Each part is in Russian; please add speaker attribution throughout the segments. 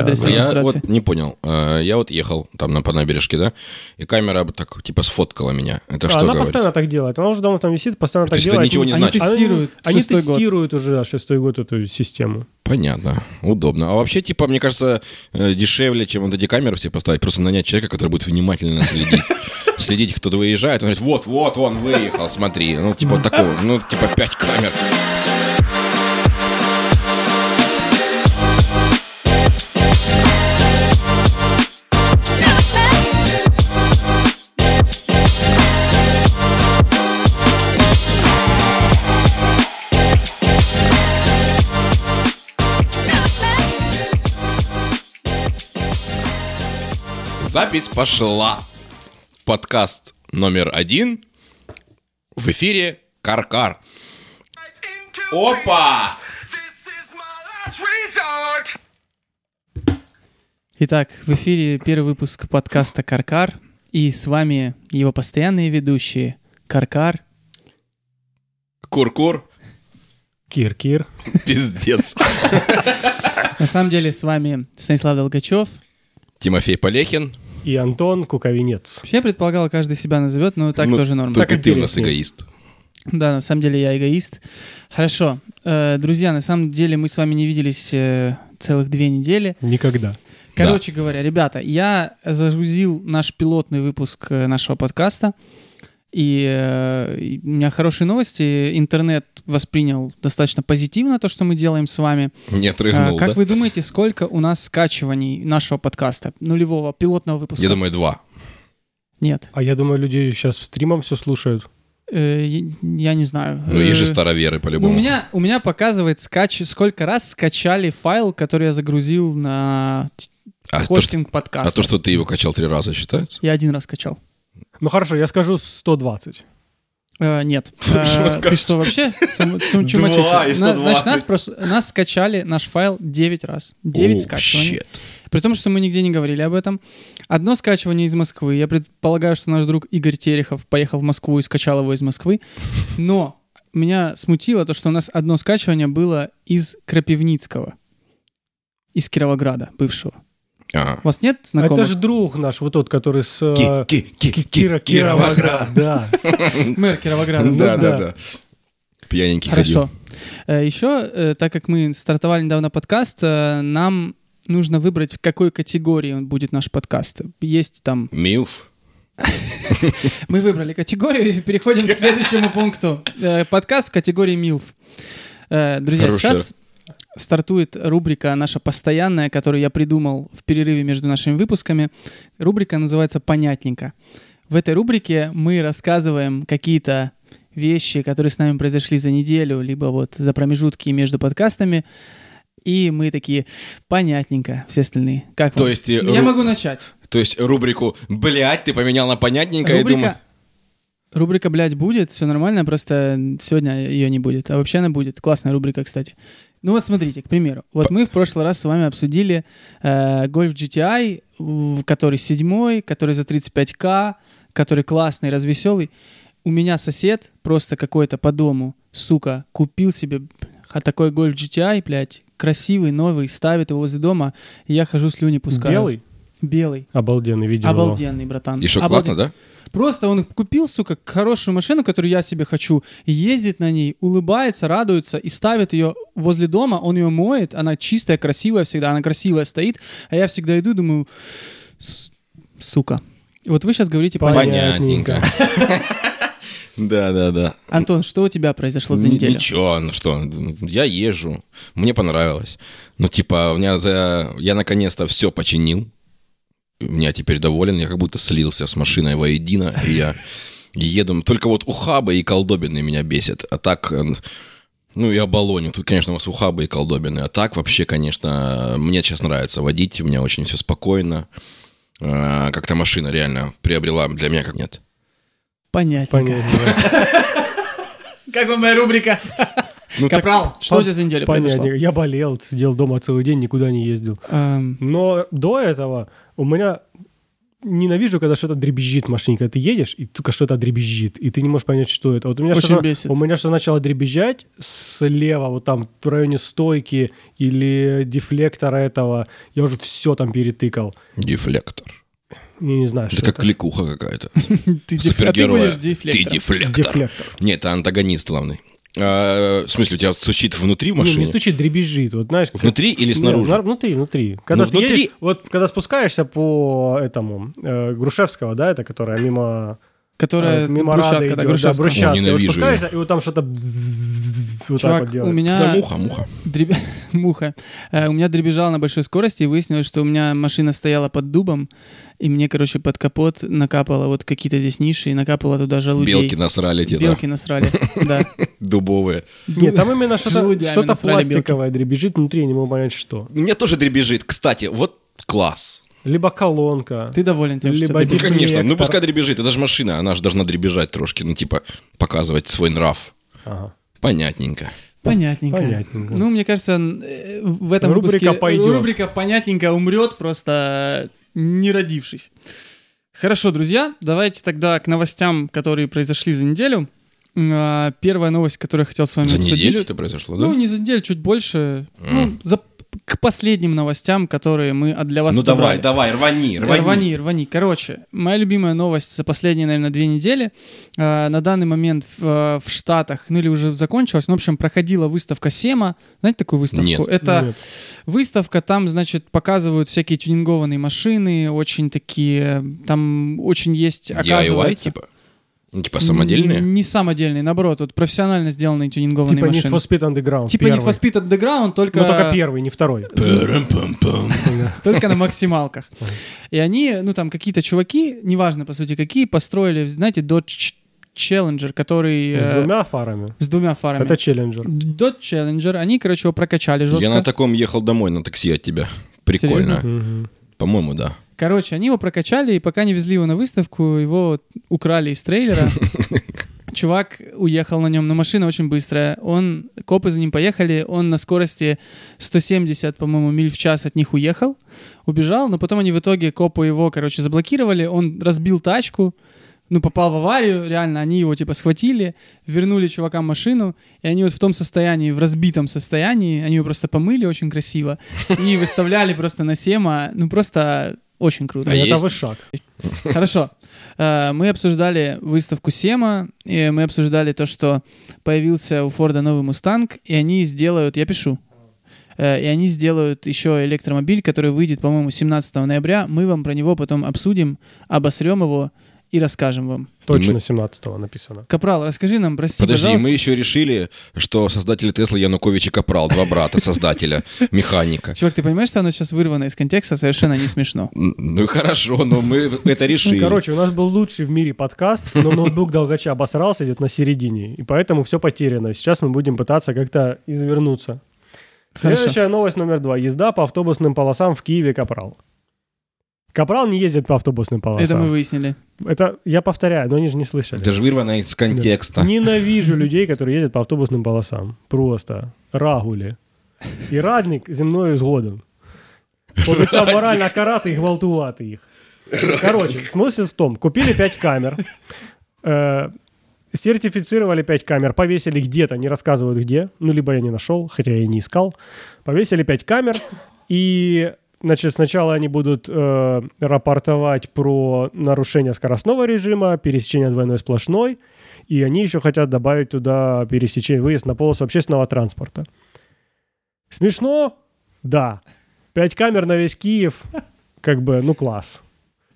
Speaker 1: адрес
Speaker 2: Я
Speaker 1: регистрации.
Speaker 2: вот не понял. Э, Я вот ехал там на, по набережке, да, и камера бы так типа сфоткала меня. Это
Speaker 3: А,
Speaker 2: что
Speaker 3: она
Speaker 2: говорит?
Speaker 3: постоянно так делает. Она уже давно там висит, постоянно
Speaker 2: То
Speaker 3: так
Speaker 2: есть это
Speaker 3: делает.
Speaker 2: ничего не
Speaker 3: Они-
Speaker 2: значит.
Speaker 3: они-
Speaker 1: Тестируют
Speaker 3: А, Они
Speaker 1: шестой год.
Speaker 3: тестируют уже да, шестой год эту систему.
Speaker 2: Понятно. Удобно. А вообще, типа, мне кажется, э, дешевле, чем вот эти камеры все поставить. Просто нанять человека, который будет внимательно следить. Следить, кто выезжает. Он говорит, вот, вот, он выехал, смотри. Ну, типа, такого. Ну, типа, пять камер. Запись пошла. Подкаст номер один. В эфире Каркар. Опа!
Speaker 1: Итак, в эфире первый выпуск подкаста Каркар. И с вами его постоянные ведущие Каркар.
Speaker 2: Кур-кур.
Speaker 3: Кир-кир.
Speaker 2: Пиздец.
Speaker 1: На самом деле с вами Станислав Долгачев.
Speaker 2: Тимофей Полехин.
Speaker 3: И Антон Куковинец.
Speaker 1: Вообще я предполагал, каждый себя назовет, но так
Speaker 2: Ну,
Speaker 1: тоже норма.
Speaker 2: Только
Speaker 3: Так
Speaker 2: ты у нас
Speaker 3: интереснее.
Speaker 2: эгоист.
Speaker 1: Да, на самом деле я эгоист. Хорошо. Э, друзья, на самом деле мы с вами не виделись э, целых две недели.
Speaker 3: Никогда.
Speaker 1: Короче говоря, ребята, я загрузил наш пилотный выпуск э, нашего подкаста. И, э, и у меня хорошие новости. Интернет воспринял достаточно позитивно то, что мы делаем с вами.
Speaker 2: Не
Speaker 1: А,
Speaker 2: отрыгнул,
Speaker 1: как
Speaker 2: да?
Speaker 1: вы думаете, сколько у нас скачиваний нашего подкаста? Нулевого пилотного выпуска?
Speaker 2: Я думаю, два.
Speaker 1: Нет.
Speaker 3: А я думаю, люди сейчас в стримом все слушают.
Speaker 1: Э, я, я не знаю.
Speaker 2: Ну, есть же
Speaker 1: Э,
Speaker 2: староверы,
Speaker 1: У
Speaker 2: по-любому.
Speaker 1: меня, у меня показывает, скач... сколько раз скачали файл, который я загрузил на т-
Speaker 2: А то, что-
Speaker 1: хостинг подкаста.
Speaker 2: а то, что ты его качал три раза, считается?
Speaker 1: Я один раз скачал.
Speaker 3: Ну хорошо, я скажу 120.
Speaker 1: Э, нет.
Speaker 2: Ты что,
Speaker 1: Э, Ты
Speaker 2: как?
Speaker 1: что вообще? Сам- сам
Speaker 2: Два
Speaker 1: чумачечек.
Speaker 2: из
Speaker 1: На-
Speaker 2: 120.
Speaker 1: Значит, нас просто нас скачали наш файл 9 раз. 9
Speaker 2: Оу,
Speaker 1: скачиваний.
Speaker 2: щет.
Speaker 1: При том, что мы нигде не говорили об этом. Одно скачивание из Москвы. Я предполагаю, что наш друг Игорь Терехов поехал в Москву и скачал его из Москвы. Но меня смутило то, что у нас одно скачивание было из Крапивницкого. Из Кировограда, бывшего.
Speaker 2: А.
Speaker 1: У вас нет
Speaker 3: А
Speaker 1: знакомых?
Speaker 3: Это же друг наш, вот тот, который с... э,
Speaker 2: Ки- ки- ки-
Speaker 3: Ки- Кира
Speaker 2: ки- Кировоград.
Speaker 3: Кировоград. Да.
Speaker 1: Мэр Кировограда.
Speaker 2: Да,
Speaker 1: знаешь,
Speaker 2: да, да. Пьяненький
Speaker 1: Хорошо.
Speaker 2: ходил.
Speaker 1: Э, Еще, э, так как мы стартовали недавно подкаст, э, нам нужно выбрать, в какой категории он будет наш подкаст. Есть там...
Speaker 2: Милф.
Speaker 1: Мы выбрали категорию и переходим к следующему пункту. Э, Подкаст в категории МИЛФ. Э, Друзья,
Speaker 2: Хорошая.
Speaker 1: сейчас стартует рубрика наша постоянная, которую я придумал в перерыве между нашими выпусками. Рубрика называется «Понятненько». В этой рубрике мы рассказываем какие-то вещи, которые с нами произошли за неделю, либо вот за промежутки между подкастами. И мы такие, понятненько, все остальные. Как
Speaker 2: То
Speaker 1: вам?
Speaker 2: есть, э,
Speaker 1: Я
Speaker 2: ру-
Speaker 1: могу начать.
Speaker 2: То есть рубрику «Блядь, ты поменял на понятненько» и думаю...
Speaker 1: Рубрика, рубрика, блядь, будет, все нормально, просто сегодня ее не будет. А вообще она будет. Классная рубрика, кстати. Ну вот смотрите, к примеру, вот мы в прошлый раз с вами обсудили э, Golf GTI, в- который седьмой, который за 35к, который классный, развеселый. У меня сосед просто какой-то по дому, сука, купил себе бля, такой Golf GTI, блядь, красивый, новый, ставит его возле дома, и я хожу слюни пускаю.
Speaker 3: Белый?
Speaker 1: Белый.
Speaker 3: Обалденный, видел его.
Speaker 1: Обалденный, братан.
Speaker 2: И что,
Speaker 1: Обалден-
Speaker 2: классно, да?
Speaker 1: Просто он купил, сука, хорошую машину, которую я себе хочу, ездит на ней, улыбается, радуется и ставит ее возле дома, он ее моет, она чистая, красивая всегда, она красивая стоит, а я всегда иду и думаю, «С- сука. И вот вы сейчас говорите,
Speaker 3: Понятно.
Speaker 1: понятно.
Speaker 2: Понятненько. Да, да, да.
Speaker 1: Антон, что у тебя произошло за
Speaker 2: Н-
Speaker 1: неделю?
Speaker 2: Ничего, ну что, я езжу, мне понравилось. Ну, типа, у меня за... Я наконец-то все починил. У меня теперь доволен, я как будто слился с машиной воедино, и я еду. Только вот ухабы и колдобины меня бесят. А так, э, ну и оболоню. Тут, конечно, у вас ухабы и колдобины. А так вообще, конечно, мне сейчас нравится водить, у меня очень все спокойно. Э, Как-то машина реально приобрела для меня как нет.
Speaker 1: Понятно.
Speaker 3: Понятненько.
Speaker 1: Как вам моя рубрика?
Speaker 2: Ну, так-
Speaker 1: Капрал, что у тебя за неделю произошло?
Speaker 3: Понятненько. Я болел, сидел дома целый день, никуда не ездил.
Speaker 1: Эм,
Speaker 3: Но до этого у меня ненавижу, когда что-то дребезжит в машине, когда ты едешь, и только что-то дребезжит, и ты не можешь понять, что это. Вот у меня
Speaker 1: Очень
Speaker 3: что-то-
Speaker 1: бесит.
Speaker 3: У меня что начало дребезжать слева, вот там в районе стойки или дефлектора этого, я уже все там перетыкал.
Speaker 2: Дефлектор.
Speaker 3: Я не знаю,
Speaker 2: Это
Speaker 3: что
Speaker 2: как
Speaker 3: это.
Speaker 2: кликуха какая-то.
Speaker 1: Ты деф- а ты
Speaker 2: Супергероя.
Speaker 1: будешь
Speaker 2: Ты
Speaker 1: дефлектор.
Speaker 2: дефлектор.
Speaker 3: Дефлектор.
Speaker 2: Нет, это антагонист главный. А, В смысле, у тебя стучит внутри в
Speaker 3: Не, Ну, Не,
Speaker 2: машине?
Speaker 3: стучит, дребезжит. Вот знаешь, как-
Speaker 2: Внутри или
Speaker 3: Не,
Speaker 2: снаружи?
Speaker 3: нар- внутри, внутри. Когда
Speaker 2: Ну,
Speaker 3: ты
Speaker 2: внутри-
Speaker 3: едешь, вот когда спускаешься по этому э, Грушевского, да, это которая мимо,
Speaker 1: Которая
Speaker 3: э, мимо Рады
Speaker 1: брусчатка,
Speaker 3: идет,
Speaker 1: да,
Speaker 3: да,
Speaker 1: грушевская.
Speaker 3: брусчатка.
Speaker 2: О,
Speaker 3: И вот
Speaker 2: ненавижу
Speaker 3: спускаешься, и вот там что-то бзззз вот так
Speaker 1: Чувак,
Speaker 3: вот
Speaker 1: у
Speaker 3: делает.
Speaker 2: Да,
Speaker 1: меня
Speaker 2: муха, муха.
Speaker 1: дреб- муха. Э, У меня дребезжал на большой скорости, и выяснилось, что у меня машина стояла под дубом, и мне, короче, под капот накапало вот какие-то здесь ниши, и накапало туда желудей.
Speaker 2: Белки насрали тебе, да,
Speaker 1: Белки насрали, да.
Speaker 2: дубовые.
Speaker 3: Нет, там именно что-то
Speaker 1: Желудями
Speaker 3: что-то
Speaker 1: насрали белки.
Speaker 3: пластиковое дребезжит внутри, я не могу понять, что.
Speaker 2: У меня тоже дребезжит. Кстати, вот класс.
Speaker 3: Либо колонка.
Speaker 1: Ты доволен тем, что
Speaker 3: Либо
Speaker 1: ты-
Speaker 2: Ну, конечно, ну
Speaker 3: Дефлектор.
Speaker 2: пускай дребезжит. Это же машина, она же должна дребезжать трошки. Ну, типа, показывать свой нрав.
Speaker 3: Ага.
Speaker 2: Понятненько.
Speaker 1: Понятненько.
Speaker 3: Понятненько.
Speaker 1: Ну, мне кажется, н- э, в этом
Speaker 3: Рубрика
Speaker 1: выпуске
Speaker 3: пойдет.
Speaker 1: рубрика «Понятненько» умрет, просто не родившись. Хорошо, друзья, давайте тогда к новостям, которые произошли за неделю. М, а, Первая новость, которую я хотел с вами
Speaker 2: За
Speaker 1: обсудить.
Speaker 2: неделю это произошло, да?
Speaker 1: Ну, не за неделю, чуть больше. Ну,
Speaker 2: М.
Speaker 1: за- к последним новостям, которые мы а, для вас
Speaker 2: Ну, давай,
Speaker 1: отобрали.
Speaker 2: давай, рвани,
Speaker 1: Рвани.
Speaker 2: рвани.
Speaker 1: рвани, Короче, моя любимая новость за последние, наверное, две недели. Э, на данный момент в, э, в Штатах, ну или уже закончилась, ну, в общем, проходила выставка Сема. Знаете такую выставку?
Speaker 2: Нет.
Speaker 1: Это
Speaker 3: Нет.
Speaker 1: выставка, там, значит, показывают всякие тюнингованные машины, очень такие, там очень есть,
Speaker 2: DIY,
Speaker 1: оказывается...
Speaker 2: типа. Ну, типа самодельные.
Speaker 1: Н- Не самодельные, наоборот, вот профессионально сделанные тюнингованные
Speaker 3: Типа Need
Speaker 1: машины.
Speaker 3: for Speed Underground.
Speaker 1: типа
Speaker 3: первый.
Speaker 1: Need for Speed Underground, только...
Speaker 3: Но только первый, не второй.
Speaker 2: Пэрэм-пэм-пэм.
Speaker 1: Только на максималках. И они, ну там какие-то чуваки, неважно по сути какие, построили, знаете, Dodge Challenger, который...
Speaker 3: С
Speaker 1: э,
Speaker 3: двумя фарами.
Speaker 1: с двумя фарами.
Speaker 3: Это челленджер.
Speaker 1: Dodge Challenger, они, короче, его прокачали жестко.
Speaker 2: Я на таком ехал домой на такси от тебя. Прикольно.
Speaker 3: Мгм.
Speaker 2: По-моему, да.
Speaker 1: Короче, они его прокачали, и пока не везли его на выставку, его украли из трейлера. Чувак уехал на нем, но машина очень быстрая. Он, копы за ним поехали, он на скорости 170, по-моему, миль в час от них уехал, убежал, но потом они в итоге, копы его, короче, заблокировали, он разбил тачку, ну, попал в аварию, реально, они его, типа, схватили, вернули чувакам машину, и они вот в том состоянии, в разбитом состоянии, они ее просто помыли очень красиво и выставляли просто на Сема, ну, просто очень круто.
Speaker 2: А
Speaker 3: Это
Speaker 2: есть?
Speaker 3: вышаг.
Speaker 1: Хорошо. Э, Мы обсуждали выставку Сема, и мы обсуждали то, что появился у Форда новый Мустанг, и они сделают, я пишу, Э, и они сделают еще электромобиль, который выйдет, по-моему, 17 ноября. Мы вам про него потом обсудим, обосрем его и расскажем вам.
Speaker 3: Точно
Speaker 2: Мы-
Speaker 3: 17-го написано.
Speaker 1: Капрал, расскажи нам, прости,
Speaker 2: Подожди,
Speaker 1: пожалуйста.
Speaker 2: мы еще решили, что создатели Теслы Янукович и Капрал, два брата создателя, механика.
Speaker 1: Чувак, ты понимаешь, что оно сейчас вырвано из контекста, совершенно не смешно.
Speaker 2: М, Ну хорошо, но мы это решили.
Speaker 3: Ну, короче, у нас был лучший в мире подкаст, но ноутбук Долгача обосрался где-то на середине, и поэтому все потеряно. Сейчас мы будем пытаться как-то извернуться.
Speaker 1: Хорошо.
Speaker 3: Следующая новость номер два. Езда по автобусным полосам в Киеве Капрал. Капрал не ездит по автобусным полосам.
Speaker 1: Это мы выяснили.
Speaker 3: Это я повторяю, но они же не слышали.
Speaker 2: Это же вырвано из контекста.
Speaker 3: Ненавижу людей, которые ездят по автобусным полосам. Просто. Рагули. И радник земною згоден. Хочеться морально карати і гвалтувати їх. Короче, смысл в том, купили 5 камер, э, сертифицировали 5 камер, повесили где-то, не рассказывают где, ну, либо я не нашел, хотя я и не искал. Повесили 5 камер, и, значит, сначала они будут э, рапортовать про нарушение скоростного режима, пересечение двойной сплошной, и они еще хотят добавить туда пересечение, выезд на полосу общественного транспорта. Смешно? Да. Пять камер на весь Киев, как бы, ну класс.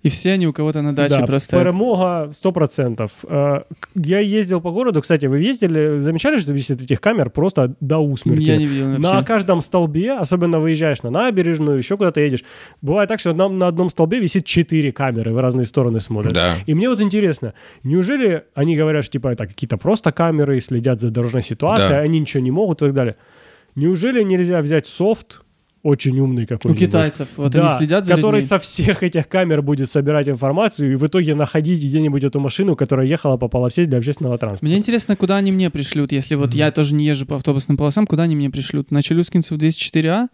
Speaker 1: И все они у кого-то на даче
Speaker 3: Да,
Speaker 1: просто...
Speaker 3: Перемога 100%. Э, к- Я ездил по городу, кстати, вы ездили, замечали, что висит этих камер просто до усмерти?
Speaker 1: Я не видел
Speaker 3: На
Speaker 1: вообще.
Speaker 3: каждом столбе, особенно выезжаешь на набережную, еще куда-то едешь, бывает так, что на, на одном столбе висит четыре камеры в разные стороны смотрят.
Speaker 2: Да.
Speaker 3: И мне вот интересно, неужели они говорят, что типа это какие-то просто камеры, следят за дорожной ситуацией,
Speaker 2: Да.
Speaker 3: они ничего не могут и так далее. Неужели нельзя взять софт, очень умный
Speaker 1: У
Speaker 3: какой-нибудь?
Speaker 1: китайцев. Вот
Speaker 3: Да,
Speaker 1: они следят за
Speaker 3: который
Speaker 1: людьми.
Speaker 3: со всех этих камер будет собирать информацию и в итоге находить где-нибудь эту машину, которая ехала по полосе для общественного транспорта.
Speaker 1: Мне интересно, куда они мне А? пришлют, если вот я тоже не езжу по автобусным полосам, куда они мне пришлют? На Челюскинцев 204А?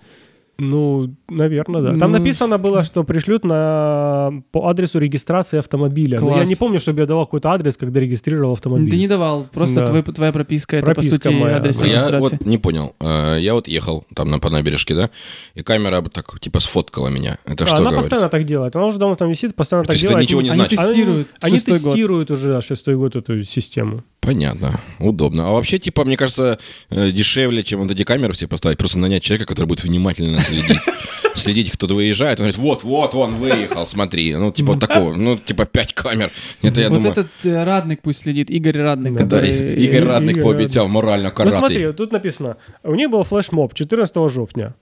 Speaker 3: Ну, наверное, да.
Speaker 1: Ну,
Speaker 3: Там написано было, что пришлют на... по адресу регистрации автомобиля. Но я
Speaker 1: Класс.
Speaker 3: не помню, чтобы я давал какой-то адрес, когда регистрировал автомобиль.
Speaker 1: Ты не давал, просто
Speaker 3: Да.
Speaker 1: твой- твоя прописка, это, по
Speaker 3: Прописка
Speaker 1: сути,
Speaker 3: моя,
Speaker 1: адрес
Speaker 3: да.
Speaker 2: Я
Speaker 1: регистрации.
Speaker 2: вот не понял. Э, Я вот ехал там на по набережке, да, и камера бы так типа сфоткала меня. Это
Speaker 3: А,
Speaker 2: что
Speaker 3: она
Speaker 2: говорит?
Speaker 3: постоянно так делает. Она уже давно там висит, постоянно
Speaker 2: То
Speaker 3: так
Speaker 2: есть это
Speaker 3: делает.
Speaker 2: ничего не
Speaker 1: Они
Speaker 2: значит.
Speaker 1: тестируют
Speaker 3: Они
Speaker 1: шестой год.
Speaker 3: тестируют уже да, шестой год эту систему.
Speaker 2: Понятно, удобно. А вообще, типа, мне кажется, э, дешевле, чем вот эти камеры все поставить, просто нанять человека, который будет внимательно следить. Следить, кто-то выезжает, он говорит, вот, вот, он выехал, смотри. Ну, типа, вот такого, ну, типа, пять камер. Это, я
Speaker 1: вот
Speaker 2: думаю,
Speaker 1: этот э, Радник пусть следит, Игорь Радник,
Speaker 3: Да,
Speaker 2: да,
Speaker 1: который... э,
Speaker 2: И- Игорь Радник
Speaker 3: Игорь
Speaker 2: пообещал морально
Speaker 3: Ну смотри,
Speaker 2: каратый.
Speaker 3: вот тут написано. У них был флешмоб 14 жовтня.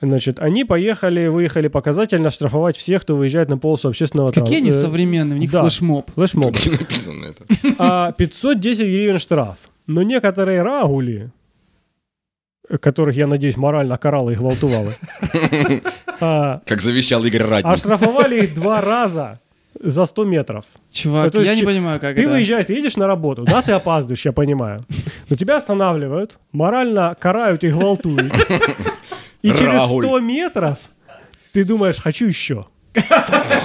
Speaker 3: Значит, они поехали, выехали показательно штрафовать всех, кто выезжает на полосу общественного тран-
Speaker 1: Какие они
Speaker 3: э,
Speaker 1: современные, у них
Speaker 3: да.
Speaker 1: флешмоб.
Speaker 3: Флешмоб.
Speaker 2: Тут не написано это.
Speaker 3: А 510 гривен штраф. Но некоторые рагули, которых, я надеюсь, морально каралы и гвалтували, а,
Speaker 2: Как завещал Игорь Радник.
Speaker 3: оштрафовали их два раза за 100 метров.
Speaker 1: Чувак,
Speaker 3: Ну, то есть
Speaker 1: я не
Speaker 3: че-
Speaker 1: понимаю, как
Speaker 3: Ты
Speaker 1: это.
Speaker 3: выезжаешь, ты едешь на работу, да, ты опаздываешь, я понимаю. Но тебя останавливают, морально карают и гвалтуют. И через
Speaker 2: Рагуль.
Speaker 3: 100 метров ты думаешь, хочу еще.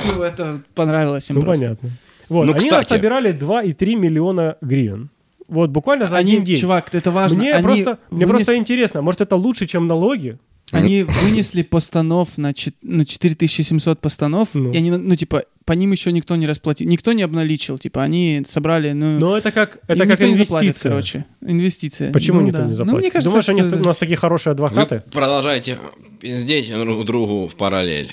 Speaker 1: Ну, это понравилось им
Speaker 3: Ну,
Speaker 1: просто.
Speaker 3: понятно. Вот,
Speaker 2: Ну,
Speaker 3: они
Speaker 2: кстати.
Speaker 3: насобирали 2,3 миллиона гривен. Вот, буквально за
Speaker 1: Они,
Speaker 3: один день.
Speaker 1: чувак, это важно.
Speaker 3: Мне
Speaker 1: они
Speaker 3: просто, мне
Speaker 1: вынес-
Speaker 3: просто интересно, может, это лучше, чем налоги?
Speaker 1: Они вынесли постанов на, чет- на 4700 постанов,
Speaker 3: Ну.
Speaker 1: и они, ну, типа, по ним еще никто не расплатил, никто не обналичил, типа, они собрали, ну,
Speaker 3: Но это как,
Speaker 1: им
Speaker 3: это как
Speaker 1: никто не
Speaker 3: инвестиция.
Speaker 1: заплатит, короче. Инвестиция.
Speaker 3: Почему
Speaker 1: Ну,
Speaker 3: никто
Speaker 1: да.
Speaker 3: не заплатит?
Speaker 1: Ну, мне кажется,
Speaker 3: Думаешь,
Speaker 1: что
Speaker 3: они,
Speaker 1: это-
Speaker 3: у нас такие хорошие
Speaker 2: Вы
Speaker 3: адвокаты?
Speaker 2: продолжаете пиздеть друг другу в параллель.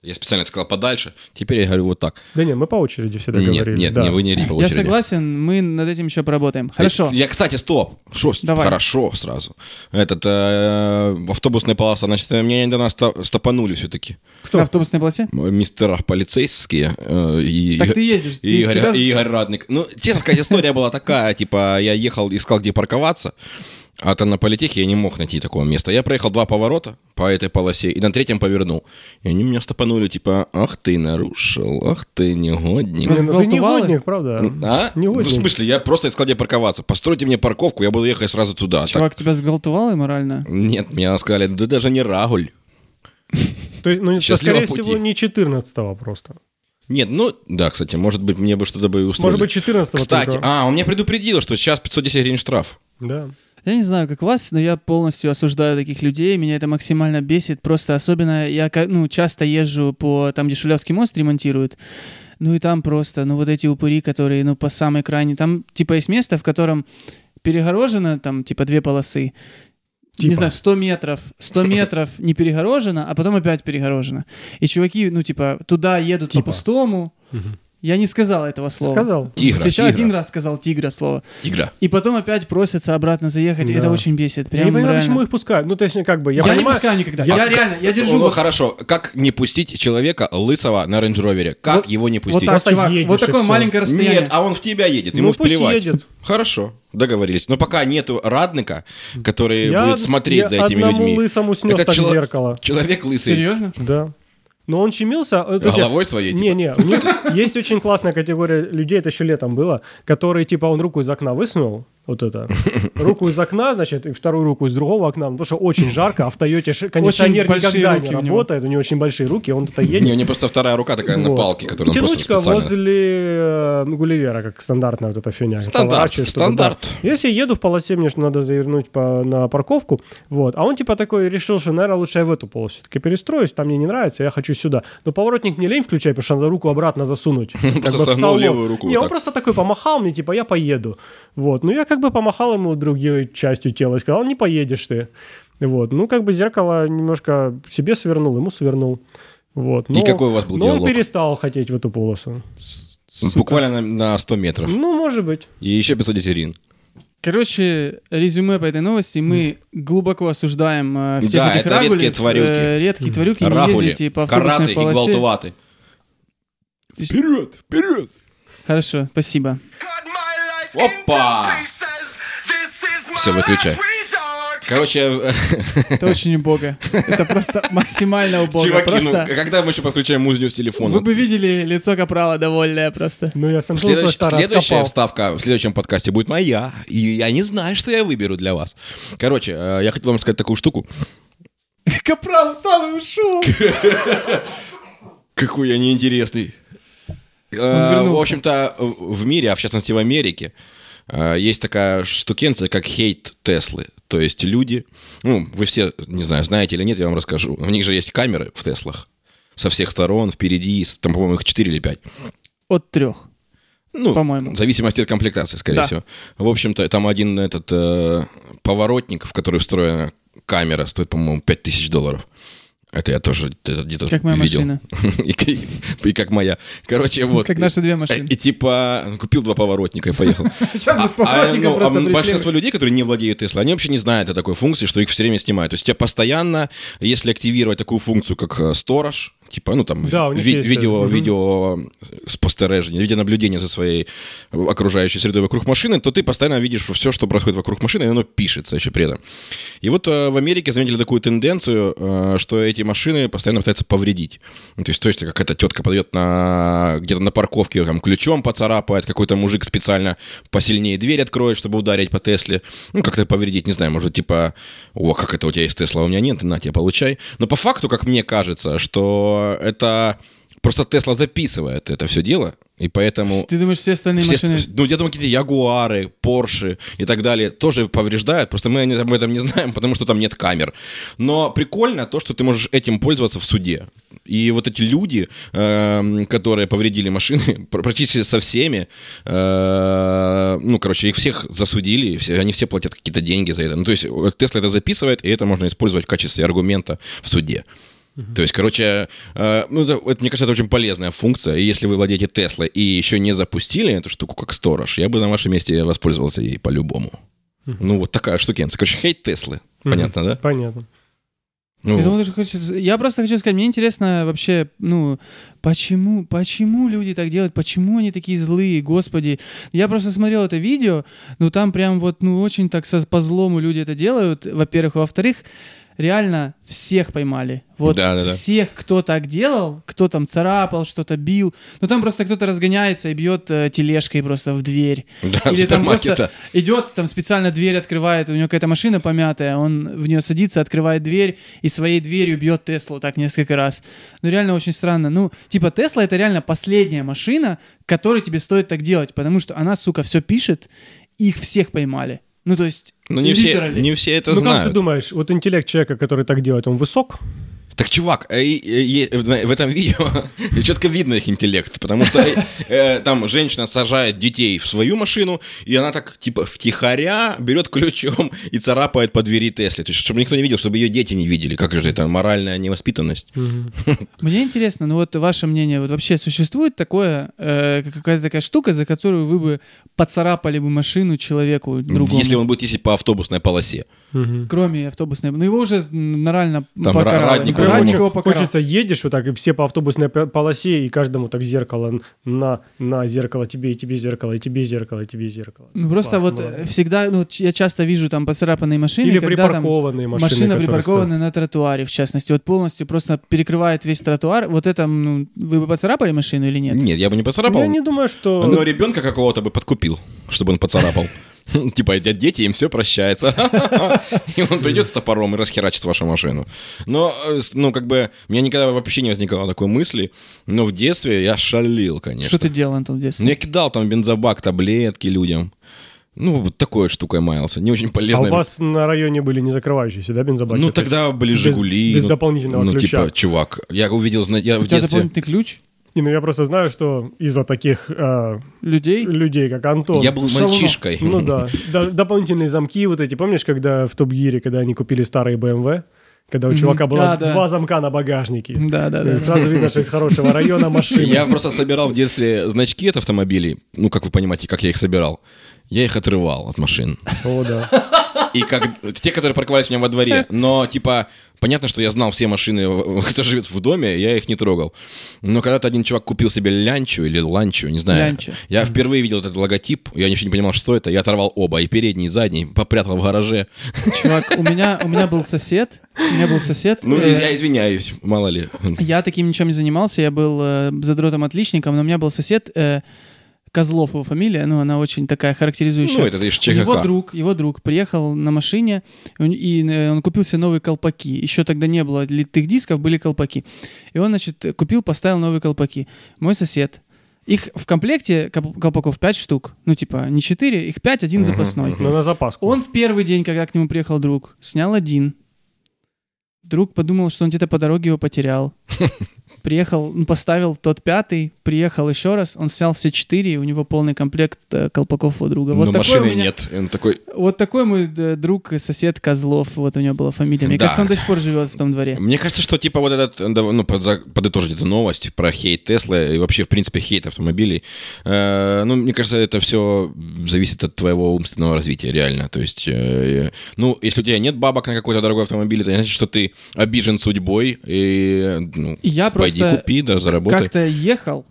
Speaker 2: Я специально это сказал подальше. Теперь я говорю вот так.
Speaker 3: Да нет, мы по очереди всегда
Speaker 2: Нет,
Speaker 3: говорили.
Speaker 2: нет,
Speaker 3: да.
Speaker 2: не, вы не ри по
Speaker 1: Я
Speaker 2: очереди.
Speaker 1: согласен, мы над этим еще поработаем. Хорошо.
Speaker 2: Я, кстати, стоп. Шо, с-
Speaker 1: Давай.
Speaker 2: Хорошо сразу. Этот э, автобусная полоса, значит, э, меня недавно ста- стопанули все-таки.
Speaker 1: На автобусной полосе?
Speaker 2: Мистера полицейские э, и...
Speaker 1: Так ты ездишь. ты-
Speaker 2: И Игорь,
Speaker 1: тебя-
Speaker 2: и Игорь Радник. Ну, честно сказать, история была такая, типа, я ехал, искал, где парковаться, а там на политехе я не мог найти такого места. Я проехал два поворота по этой полосе и на третьем повернул. И они меня стопанули, типа, ах ты нарушил, ах ты негодник.
Speaker 3: Не, ну ты не
Speaker 1: Гвалтувалы?
Speaker 3: водник, правда?
Speaker 2: А?
Speaker 3: Не
Speaker 2: Ну, в
Speaker 3: водник.
Speaker 2: смысле, я просто искал, где парковаться. Постройте мне парковку, я буду ехать сразу туда. Так,
Speaker 1: Чувак, тебя сгалтувало морально?
Speaker 2: Нет, мне сказали, да даже не Рагуль.
Speaker 3: То есть, ну, это,
Speaker 2: Счастливого
Speaker 3: скорее
Speaker 2: пути.
Speaker 3: всего, не 14-го просто.
Speaker 2: Нет, ну, да, кстати, может быть, мне бы что-то бы и устроили.
Speaker 3: Может быть, 14-го
Speaker 2: Кстати,
Speaker 3: только.
Speaker 2: а, он меня предупредил, что сейчас 510 гривен штраф.
Speaker 3: Да.
Speaker 1: Я не знаю, как вас, но я полностью осуждаю таких людей. Меня это максимально бесит. Просто особенно я ка- ну, часто езжу по там, где Шулявский мост ремонтируют. Ну и там просто, ну вот эти упыри, которые, ну, по самой крайне. Там, типа, есть место, в котором перегорожено, там, типа, две полосы.
Speaker 3: Типа.
Speaker 1: Не знаю, 100 метров, 100 метров не перегорожено, а потом опять перегорожено. И чуваки, ну, типа, туда едут
Speaker 3: Типа.
Speaker 1: по пустому.
Speaker 3: Мгм.
Speaker 1: Я не сказал этого слова.
Speaker 3: Сказал.
Speaker 2: Тигра,
Speaker 1: Сейчас
Speaker 2: тигра,
Speaker 1: один раз сказал тигра слово.
Speaker 2: тигра.
Speaker 1: И потом опять просятся обратно заехать. и
Speaker 3: Да.
Speaker 1: Это очень бесит.
Speaker 3: Я
Speaker 1: Прям
Speaker 3: не понимаю,
Speaker 1: реально.
Speaker 3: почему их пускают. Ну, точнее, как бы, я,
Speaker 1: Я, не
Speaker 3: понимаю-
Speaker 1: пускаю никогда.
Speaker 3: я-
Speaker 1: Я, реально, я держу.
Speaker 2: Ну
Speaker 1: вот-
Speaker 2: хорошо, как не пустить человека лысого на рейндж-ровере? Как
Speaker 1: Вот-
Speaker 2: его не
Speaker 1: вот
Speaker 2: пустить?
Speaker 1: так,
Speaker 3: Просто
Speaker 1: чувак.
Speaker 3: едешь,
Speaker 1: Вот
Speaker 3: и
Speaker 1: такое
Speaker 3: всё.
Speaker 1: маленькое расстояние.
Speaker 2: Нет, а он в тебя едет, ему
Speaker 3: Ну, пусть
Speaker 2: вплевать.
Speaker 3: едет.
Speaker 2: Хорошо, договорились. Но пока нету радника, который
Speaker 3: Я-
Speaker 2: будет смотреть
Speaker 3: я
Speaker 2: за этими
Speaker 3: одному
Speaker 2: людьми.
Speaker 3: лысому снес
Speaker 2: Это
Speaker 3: так
Speaker 2: чело-
Speaker 3: зеркало.
Speaker 2: Человек лысый.
Speaker 1: Серьезно?
Speaker 3: Да. Но он чемился... э, то есть я-
Speaker 2: Головой своей, типа.
Speaker 3: Не-не, у них есть очень классная категория людей, это еще летом было, которые, типа, он руку из окна высунул, вот это, руку из окна, значит, и вторую руку из другого окна, потому что очень жарко, а в Тойоте ш- кондиционер
Speaker 1: большие
Speaker 3: никогда не
Speaker 1: руки у него.
Speaker 3: работает, у него очень большие руки, он это
Speaker 2: Не, у
Speaker 3: едет.
Speaker 2: него просто вторая рука такая на
Speaker 3: Вот.
Speaker 2: палке, которую он просто
Speaker 3: Тянучка
Speaker 2: специально...
Speaker 3: возле э, Гулливера, как стандартная вот эта фигня.
Speaker 2: Стандарт,
Speaker 3: Поворачиваешь что-то,
Speaker 2: стандарт.
Speaker 3: да. Если я еду в полосе, мне что надо завернуть по- на парковку, вот, а он типа такой решил, что, наверное, лучше я в эту полосу все-таки перестроюсь, там мне не нравится, я хочу сюда. Но поворотник не лень включай, потому что надо руку обратно засунуть. как бы
Speaker 2: Просто
Speaker 3: в
Speaker 2: согнул
Speaker 3: салон.
Speaker 2: левую руку
Speaker 3: Не,
Speaker 2: вот
Speaker 3: он
Speaker 2: так.
Speaker 3: просто такой помахал мне, типа, я поеду. Вот, ну я как бы помахал ему другой частью тела и сказал, не поедешь ты. Вот, ну как бы зеркало немножко себе свернул, ему свернул. Вот,
Speaker 2: И какой у вас был
Speaker 3: но
Speaker 2: диалог?
Speaker 3: он перестал хотеть в эту полосу.
Speaker 2: Ну, Буквально на, на 100 метров.
Speaker 3: Ну, может быть.
Speaker 2: И еще 510 гривен.
Speaker 1: Короче, резюме по этой новости. Мы глубоко осуждаем э, всех
Speaker 2: Да,
Speaker 1: этих
Speaker 2: это редкие
Speaker 1: рагулей,
Speaker 2: тварюки.
Speaker 1: э, редкие тварюки. Не
Speaker 2: Рагули,
Speaker 1: ездите по
Speaker 2: караты
Speaker 1: автобусной
Speaker 2: и
Speaker 1: полосе.
Speaker 2: гвалтуваты. Вперед, вперед!
Speaker 1: Хорошо, спасибо.
Speaker 2: Опа! Всё,
Speaker 4: Все,
Speaker 2: выключай.
Speaker 4: выключай.
Speaker 2: Короче,
Speaker 1: Это очень убого. Это просто максимально убого.
Speaker 2: чуваки,
Speaker 1: Просто
Speaker 2: ну, когда мы еще подключаем музню с телефона?
Speaker 1: вы бы видели лицо Капрала довольное просто.
Speaker 3: Ну, я сам
Speaker 2: Следующ-
Speaker 3: старый
Speaker 2: следующая
Speaker 3: откопал.
Speaker 2: вставка в следующем подкасте будет моя. И я не знаю, что я выберу для вас. Короче, э, я хотел вам сказать такую штуку.
Speaker 1: Капрал встал и ушел.
Speaker 2: Какой я неинтересный. Э,
Speaker 1: вернулся.
Speaker 2: В общем-то, в мире, а в частности в Америке, э, есть такая штукенция, как хейт Теслы. То есть люди, ну, вы все, не знаю, знаете или нет, я вам расскажу. У них же есть камеры в Теслах со всех сторон, впереди, с- там, по-моему, их 4 или 5.
Speaker 1: От трех.
Speaker 2: Ну,
Speaker 1: По-моему.
Speaker 2: в зависимости от комплектации, скорее
Speaker 1: Да.
Speaker 2: всего. В общем-то, там один этот э, поворотник, в который встроена камера, стоит, по-моему, 5000 долларов. Это я тоже это где-то
Speaker 1: Как моя
Speaker 2: видел.
Speaker 1: машина.
Speaker 2: И, к- и как моя. Короче, вот.
Speaker 1: Как наши две
Speaker 2: И,
Speaker 1: машины.
Speaker 2: и типа купил два поворотника и поехал.
Speaker 1: Сейчас бы с
Speaker 2: А, а,
Speaker 1: поворотником
Speaker 2: ну, а
Speaker 1: просто пришли.
Speaker 2: большинство людей, которые не владеют Tesla, они вообще не знают о такой функции, что их все время снимают. То есть тебя постоянно, если активировать такую функцию, как э, сторож, типа, ну там,
Speaker 3: Да, у них
Speaker 2: ви-
Speaker 3: есть
Speaker 2: видео,
Speaker 3: это, мгм.
Speaker 2: видео спостережение, видеонаблюдение за своей э, окружающей средой вокруг машины, то ты постоянно видишь все, что происходит вокруг машины, и оно пишется еще при этом. И вот э, в Америке заметили такую тенденцию, э, что эти машины постоянно пытаются повредить. Ну, То есть точно какая-то тетка подойдет на, где-то на парковке, там, ключом поцарапает, какой-то мужик специально посильнее дверь откроет, чтобы ударить по Тесле. Ну, как-то повредить, не знаю, может, типа, о, как это у тебя есть Тесла, а у меня нет, на тебе получай. Но по факту, как мне кажется, что это... Просто Тесла записывает это все дело, и поэтому...
Speaker 1: Ты думаешь, все остальные
Speaker 2: Ну. Все-
Speaker 1: машины...
Speaker 2: ну, я думаю, какие-то Ягуары, Порши и так далее тоже повреждают. Просто мы не- об этом не знаем, потому что там нет камер. Но прикольно то, что ты можешь этим пользоваться в суде. И вот эти люди, эм, которые повредили машины, пр- практически со всеми, э, ну, короче, их всех засудили, и все, они все платят какие-то деньги за это. Ну, то есть э, Тесла это записывает, и это можно использовать в качестве аргумента в суде. То есть, короче, э, ну, это, это, мне кажется, это очень полезная функция. И если вы владеете Теслой и еще не запустили эту штуку как сторож, я бы на вашем месте воспользовался ей по-любому. Ну, вот такая штукенция. Короче, хейт Теслы.
Speaker 3: Мгм.
Speaker 2: Понятно, да?
Speaker 3: Понятно.
Speaker 2: Ну,
Speaker 1: Я, думал, даже хочу- я просто хочу сказать, мне интересно вообще, ну, почему, почему люди так делают, почему они такие злые, господи. Я просто смотрел это видео, ну там прям вот, ну, очень так со- по-злому люди это делают, во-первых. Во-вторых, реально всех поймали. Вот
Speaker 2: Да-да-да.
Speaker 1: всех, кто так делал, кто там царапал, что-то бил. Ну там просто кто-то разгоняется и бьет э, тележкой просто в дверь.
Speaker 2: да,
Speaker 1: Или там
Speaker 2: супермаркета.
Speaker 1: просто идет, там специально дверь открывает, у него какая-то машина помятая, он в нее садится, открывает дверь и своей дверью бьет Теслу так несколько раз. Ну реально очень странно. Ну, типа Тесла это реально последняя машина, которой тебе стоит так делать, потому что она, сука, все пишет, и их всех поймали. Ну то есть,
Speaker 2: Ну, не все,
Speaker 1: literally.
Speaker 2: не все это
Speaker 3: ну как
Speaker 2: знают.
Speaker 3: ты думаешь, вот интеллект человека, который так делает, он высок?
Speaker 2: Так, чувак, э, э, э, в в этом видео четко видно их интеллект, потому что э, э, там женщина сажает детей в свою машину, и она так, типа, втихаря берет ключом и царапает по двери Тесли. То есть, чтобы никто не видел, чтобы ее дети не видели. Как же это, моральная невоспитанность?
Speaker 1: Мне интересно, ну вот ваше мнение, вот вообще существует такое, э, какая-то такая штука, за которую вы бы поцарапали бы машину человеку другому?
Speaker 2: Если он будет ездить по автобусной полосе.
Speaker 3: Мгм.
Speaker 1: Кроме автобусной. Ну его уже нормально
Speaker 2: Там
Speaker 1: покарали.
Speaker 2: Радников,
Speaker 1: Прям
Speaker 2: по-моему,
Speaker 1: его покарал.
Speaker 3: Хочется, едешь вот так, и все по автобусной п- полосе, и каждому так зеркало на, на зеркало тебе, и тебе зеркало, и тебе зеркало, и тебе зеркало.
Speaker 1: Ну просто
Speaker 3: Классно,
Speaker 1: вот
Speaker 3: ладно.
Speaker 1: э, всегда, ну вот я часто вижу там поцарапанные машины,
Speaker 3: Или
Speaker 1: когда там
Speaker 3: припаркованные машины.
Speaker 1: машина
Speaker 3: которые
Speaker 1: припаркована на тротуаре, в частности, вот полностью просто перекрывает весь тротуар. Вот это, ну, вы бы поцарапали машину или нет?
Speaker 2: Нет, я бы не
Speaker 3: стоят.
Speaker 2: поцарапал.
Speaker 3: Ну, Я не думаю, что...
Speaker 2: Но ребенка какого-то бы подкупил, чтобы он поцарапал. Типа, эти дети, им все прощается. И он придет с топором и расхерачит вашу машину. Но, э, с- ну, как бы, у меня никогда вообще не возникало такой мысли. Но в детстве я шалил, конечно.
Speaker 1: Что ты делал, Антон, в детстве?
Speaker 2: Ну, я кидал там в бензобак, таблетки людям. Ну, вот такой штукой маялся. Не очень
Speaker 3: А у
Speaker 2: полезной.
Speaker 3: вас на районе были не закрывающиеся, да, бензобаки?
Speaker 2: Ну,
Speaker 3: То есть
Speaker 2: тогда были
Speaker 3: без-
Speaker 2: «Жигули».
Speaker 3: без
Speaker 2: ну,
Speaker 3: дополнительного
Speaker 2: Ну,
Speaker 3: ключа.
Speaker 2: типа, чувак, я увидел, зна- я
Speaker 1: У
Speaker 2: в
Speaker 1: тебя
Speaker 2: детстве...
Speaker 1: дополнительный ключ
Speaker 3: Не, ну я просто знаю, что из-за таких э,
Speaker 1: людей?
Speaker 3: людей, как Антон...
Speaker 2: Я был
Speaker 1: Шалунов.
Speaker 2: мальчишкой.
Speaker 3: Ну да. До- дополнительные замки вот эти. Помнишь, когда в Топ Гире, когда они купили старые BMW? Когда у
Speaker 1: Мгм.
Speaker 3: чувака было
Speaker 1: Да, да.
Speaker 3: два замка на багажнике.
Speaker 1: Да, да,
Speaker 3: То есть
Speaker 1: да.
Speaker 3: Сразу видно, что из хорошего района машины.
Speaker 2: Я просто собирал в детстве значки от автомобилей. Ну, как вы понимаете, как я их собирал. Я их отрывал от машин.
Speaker 3: О, да.
Speaker 2: И как те, которые парковались у меня во дворе. Но, типа, понятно, что я знал все машины, в- кто живет в доме, я их не трогал. Но когда-то один чувак купил себе лянчу или ланчу, не знаю.
Speaker 1: Лянча.
Speaker 2: Я впервые видел этот логотип, я ничего не понимал, что это. Я оторвал оба, и передний, и задний, попрятал в гараже.
Speaker 1: Чувак, у меня, у меня был сосед, у меня был сосед.
Speaker 2: Ну,
Speaker 1: э,
Speaker 2: я извиняюсь, мало ли.
Speaker 1: Я таким ничем не занимался, я был э, задротом-отличником, но у меня был сосед, э, Козлов его фамилия, но она очень такая характеризующая.
Speaker 2: Ну, это ты из ЧКК.
Speaker 1: Его друг, его друг приехал на машине, и он- и э, он купил себе новые колпаки. Еще тогда не было литых дисков, были колпаки. И он, значит, купил, поставил новые колпаки. Мой сосед. Их в комплекте кол- колпаков 5 штук. Ну, типа, не 4, их 5, один запасной.
Speaker 3: Но на запаску.
Speaker 1: Он в первый день, когда к нему приехал друг, снял один. Друг подумал, что он где-то по дороге его потерял. Приехал, ну, поставил тот пятый, приехал еще раз, он снял все четыре, и у него полный комплект э, колпаков у друга. Вот
Speaker 2: Но
Speaker 1: такой
Speaker 2: Ну, машины
Speaker 1: у меня-
Speaker 2: нет. И он такой,
Speaker 1: Вот такой мой э, друг и сосед Козлов, вот у него была фамилия. Мне
Speaker 2: Да.
Speaker 1: кажется, он до сих пор живет в том дворе.
Speaker 2: Мне кажется, что типа вот этот, э, дав- ну, подза- подытожить эту новость про хейт Тесла и вообще, в принципе, хейт автомобилей. Э, ну, мне кажется, это все зависит от твоего умственного развития, реально. То есть, э, ну, если у тебя нет бабок на какой-то дорогой автомобиль, это не значит, что ты обижен судьбой и, ну,
Speaker 1: И я
Speaker 2: пойди
Speaker 1: просто
Speaker 2: купи, да, заработай.
Speaker 1: как-то ехал,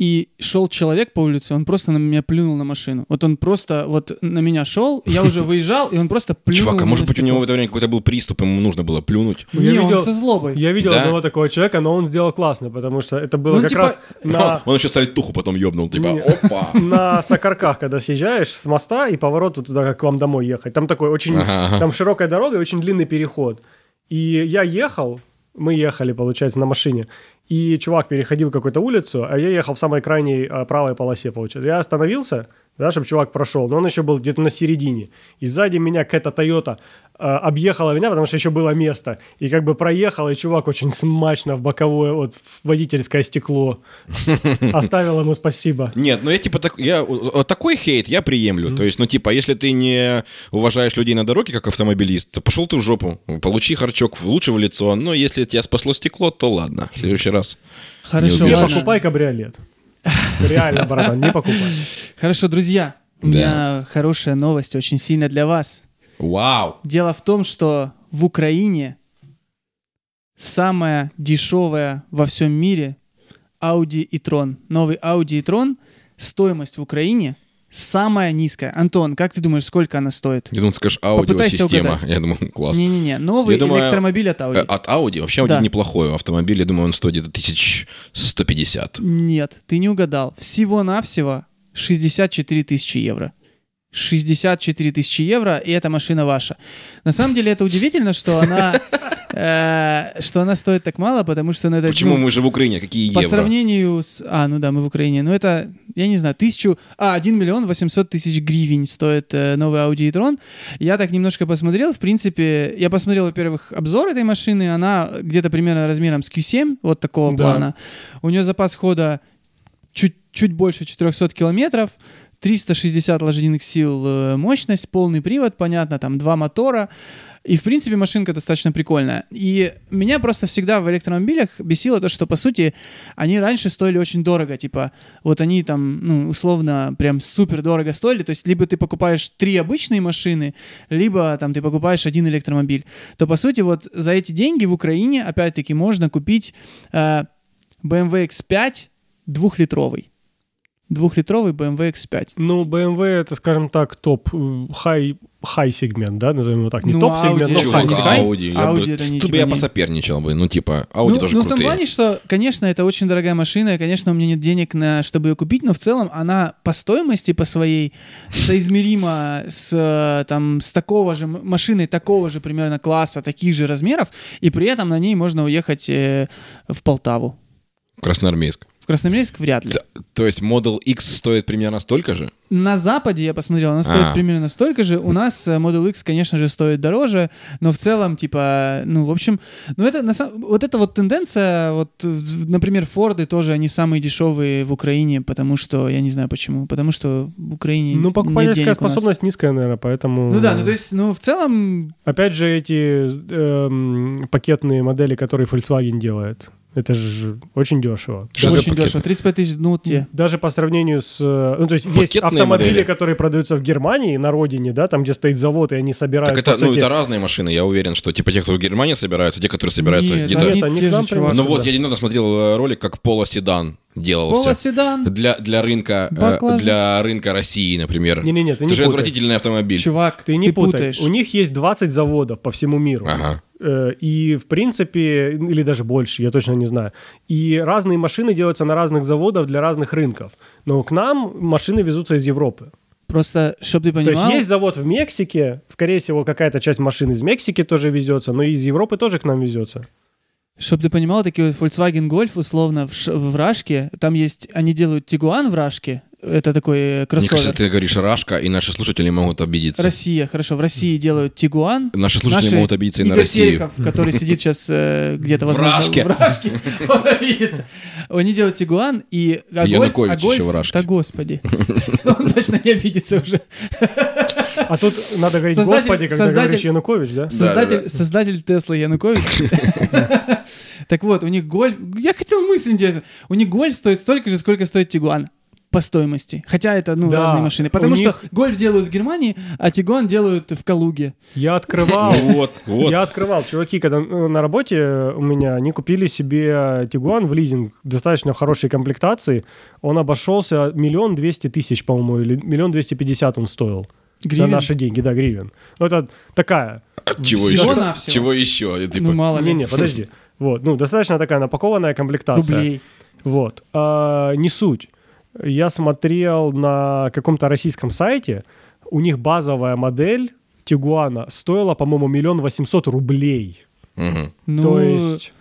Speaker 1: и шел человек по улице, он просто на меня плюнул на машину. Вот он просто вот на меня шел, я уже выезжал, и он просто плюнул.
Speaker 2: Чувак,
Speaker 1: на
Speaker 2: а может
Speaker 1: меня
Speaker 2: быть у него в это время какой-то был приступ, ему нужно было плюнуть.
Speaker 1: Не,
Speaker 3: Я
Speaker 1: он
Speaker 3: видел-
Speaker 1: со злобой.
Speaker 3: Я видел
Speaker 2: Да?
Speaker 3: одного такого человека, но он сделал классно, потому что это было
Speaker 1: Ну,
Speaker 3: как
Speaker 1: типа-
Speaker 3: раз на...
Speaker 2: Он еще сальтуху потом ебнул, типа,
Speaker 3: Не.
Speaker 2: опа.
Speaker 3: на сокарках, когда съезжаешь с моста и поворот вот туда, как к вам домой ехать. Там такой очень...
Speaker 2: Ага, ага.
Speaker 3: Там широкая дорога и очень длинный переход. И я ехал, мы ехали, получается, на машине, и чувак переходил какую-то улицу, а я ехал в самой крайней а, правой полосе, получается. Я остановился, да, чтобы чувак прошел, но он еще был где-то на середине. И сзади меня какая-то Тойота а, объехала меня, потому что еще было место. И как бы проехала, и чувак очень смачно в боковое, вот в водительское стекло. Оставил ему спасибо.
Speaker 2: Нет, ну я типа так, я вот такой хейт я приемлю. То есть, ну типа, если ты не уважаешь людей на дороге как автомобилист, то пошел ты в жопу, получи харчок в- лучше в лицо. Но если тебя спасло стекло, то ладно, в следующий раз.
Speaker 1: Хорошо,
Speaker 2: Не
Speaker 3: Не
Speaker 2: Ладно.
Speaker 3: покупай кабриолет. Реально, братан, не покупай.
Speaker 1: Хорошо, друзья, у
Speaker 2: Да.
Speaker 1: меня хорошая новость, очень сильно для вас.
Speaker 2: Вау!
Speaker 1: Дело в том, что в Украине самая дешевая во всем мире Audi и Tron. Новый Audi и Tron. Стоимость в Украине самая низкая. Антон, как ты думаешь, сколько она стоит?
Speaker 2: Я думал, ты скажешь
Speaker 1: Попытайся
Speaker 2: аудиосистема.
Speaker 1: угадать.
Speaker 2: Я думаю, класс.
Speaker 1: Не-не-не, новый
Speaker 2: Я думаю,
Speaker 1: электромобиль от
Speaker 2: Э,
Speaker 1: Audi.
Speaker 2: От Audi вообще Audi
Speaker 1: Да.
Speaker 2: неплохой автомобиль. Я думаю, он стоит где-то 1150.
Speaker 1: Нет, ты не угадал. Всего-навсего 64 тысячи евро. 64 тысячи евро, и эта машина ваша. На самом деле это удивительно, что она, э, что она стоит так мало, потому что на это...
Speaker 2: Почему
Speaker 1: ну,
Speaker 2: мы же в Украине? Какие
Speaker 1: по
Speaker 2: евро?
Speaker 1: сравнению с... А, ну да, мы в Украине. Ну это, я не знаю, тысячу... А, 1 миллион 800 тысяч гривен стоит э, новый Audi e-tron. Я так немножко посмотрел. В принципе, я посмотрел, во-первых, обзор этой машины. Она где-то примерно размером с Q7, вот такого
Speaker 3: Да.
Speaker 1: плана. У нее запас хода чуть, чуть больше 400 километров. 360 лошадиных сил э, мощность, полный привод, понятно, там два мотора. И, в принципе, машинка достаточно прикольная. И меня просто всегда в электромобилях бесило то, что, по сути, они раньше стоили очень дорого. Типа, вот они там, ну, условно, прям супер дорого стоили. То есть, либо ты покупаешь три обычные машины, либо там ты покупаешь один электромобиль. То, по сути, вот за эти деньги в Украине, опять-таки, можно купить э, BMW X5 двухлитровый. Двухлитровый BMW X5.
Speaker 3: Ну, BMW это, скажем так, топ, э, хай, хай сегмент, да, назовем его так. Не
Speaker 1: Ну,
Speaker 3: топ сегмент,
Speaker 1: Audi
Speaker 3: но
Speaker 1: это
Speaker 2: Чувак,
Speaker 3: хай
Speaker 1: не
Speaker 3: сегмент.
Speaker 1: хай.
Speaker 2: Audi. я
Speaker 1: Audi
Speaker 2: бы-
Speaker 1: это не
Speaker 2: Тут бы
Speaker 1: типа
Speaker 2: я
Speaker 1: не-
Speaker 2: посоперничал бы. Ну, типа, Audi
Speaker 1: ну,
Speaker 2: тоже
Speaker 1: ну, в том
Speaker 2: крутые.
Speaker 1: плане, что, конечно, это очень дорогая машина, и, конечно, у меня нет денег, на, чтобы ее купить, но в целом она по стоимости, по своей, соизмерима с, э, там, с такого же м- машиной, такого же примерно класса, таких же размеров, и при этом на ней можно уехать э, в Полтаву.
Speaker 2: Красноармейск.
Speaker 1: В Красноярск вряд ли.
Speaker 2: Т- То есть Model X стоит примерно столько же?
Speaker 1: На Западе, я посмотрел, она стоит
Speaker 2: А.
Speaker 1: примерно столько же. У нас э, Model X, конечно же, стоит дороже, но в целом, типа, ну, в общем, ну, это, на сам- вот эта вот тенденция, вот, э, например, Форды тоже, они самые дешевые в Украине, потому что, я не знаю почему, потому что в Украине
Speaker 3: Ну,
Speaker 1: нет
Speaker 3: покупательская
Speaker 1: денег у нас.
Speaker 3: способность низкая, наверное, поэтому... э,
Speaker 1: Ну да, ну то есть, ну в целом,
Speaker 3: Опять же, эти эм, пакетные модели, которые Volkswagen делает, это же очень дешево.
Speaker 2: Даже
Speaker 1: очень
Speaker 2: пакет.
Speaker 1: дешево, 35 тысяч, ну, те.
Speaker 3: Даже по сравнению с... э, Ну, то есть есть
Speaker 2: Пакетные
Speaker 3: автомобили,
Speaker 2: модели.
Speaker 3: которые продаются в Германии, на родине, да, там, где стоит завод, и они собирают...
Speaker 2: Так это,
Speaker 3: по
Speaker 2: ну,
Speaker 3: сути-
Speaker 2: это разные машины, я уверен, что типа те, кто в Германии собираются, те, которые собираются
Speaker 1: Нет,
Speaker 2: где-то.
Speaker 1: они
Speaker 3: Нет, ну, они
Speaker 1: те
Speaker 3: к
Speaker 1: же,
Speaker 3: нам
Speaker 1: чувак.
Speaker 3: привозят.
Speaker 2: ну вот, я недавно смотрел э, ролик, как полоседан делался.
Speaker 1: Полоседан,
Speaker 2: Для, для рынка э,
Speaker 1: Баклажан.
Speaker 2: для рынка России, например.
Speaker 3: Не-не-не, ты
Speaker 2: это
Speaker 3: не
Speaker 2: же
Speaker 3: путай.
Speaker 2: отвратительный автомобиль.
Speaker 1: чувак,
Speaker 3: Ты не путай.
Speaker 1: путаешь.
Speaker 3: У них есть 20 заводов по всему миру.
Speaker 2: Ага.
Speaker 3: Э, И, в принципе, или даже больше, я точно не знаю. И разные машины делаются на разных заводах для разных рынков. Но к нам машины везутся из Европы.
Speaker 1: Просто, чтобы ты
Speaker 3: То есть
Speaker 1: понимал,
Speaker 3: есть завод в Мексике, скорее всего, какая-то часть машин из Мексики тоже везется, но и из Европы тоже к нам везется.
Speaker 1: чтобы ты понимал, такие вот Volkswagen Golf условно в, Ш- в Рашке, там есть, они делают Тигуан в Рашке, это такой э,
Speaker 2: Мне кажется,
Speaker 1: кроссовер.
Speaker 2: ты говоришь «рашка», и наши слушатели могут обидеться.
Speaker 1: Россия, хорошо, в России делают Тигуан.
Speaker 2: Наши слушатели
Speaker 1: Наши
Speaker 2: могут обидеться и на
Speaker 1: Игорь
Speaker 2: Россию.
Speaker 1: Терехов, который сидит сейчас э, где-то,
Speaker 2: В
Speaker 1: возможно,
Speaker 2: Рашке.
Speaker 1: в Рашке, он обидится. Они делают Тигуан и... а
Speaker 2: Янукович
Speaker 1: Гольф- а
Speaker 2: еще
Speaker 1: Гольф-
Speaker 2: в Рашке.
Speaker 1: Да господи. Он точно не обидится уже.
Speaker 3: А тут надо говорить,
Speaker 1: Создатель-
Speaker 3: господи, когда
Speaker 1: создатель-
Speaker 3: говоришь Янукович, да?
Speaker 1: Создатель,
Speaker 2: да.
Speaker 1: создатель Теслы Янукович. Так вот, у них гольф... Я хотел мысль интересную. У них гольф стоит столько же, сколько стоит Тигуан по стоимости. Хотя это, ну,
Speaker 3: Да,
Speaker 1: разные машины.
Speaker 3: у
Speaker 1: Потому что
Speaker 3: них-
Speaker 1: гольф делают в Германии, а Тигуан делают в Калуге.
Speaker 3: Я открывал.
Speaker 2: Ну Вот, вот.
Speaker 3: Я открывал. Чуваки, когда ну, на работе у меня, они купили себе Тигуан в лизинг достаточно в хорошей комплектации. Он обошелся миллион двести тысяч, по-моему, или миллион двести пятьдесят он стоил.
Speaker 1: Гривен?
Speaker 3: На наши деньги, да, гривен. Ну, это такая...
Speaker 2: От Чего
Speaker 1: Всего
Speaker 2: еще?
Speaker 1: навсего.
Speaker 2: Чего еще?
Speaker 1: ну,
Speaker 2: И, Типа,
Speaker 1: мало ли.
Speaker 3: Не-не, подожди. Вот, ну, достаточно такая напакованная комплектация.
Speaker 1: Рублей.
Speaker 3: Вот. А, не суть. Я смотрел на каком-то российском сайте, у них базовая модель Тигуана стоила, по-моему, миллион восемьсот рублей.
Speaker 2: мгм.
Speaker 1: Ну,
Speaker 3: То есть...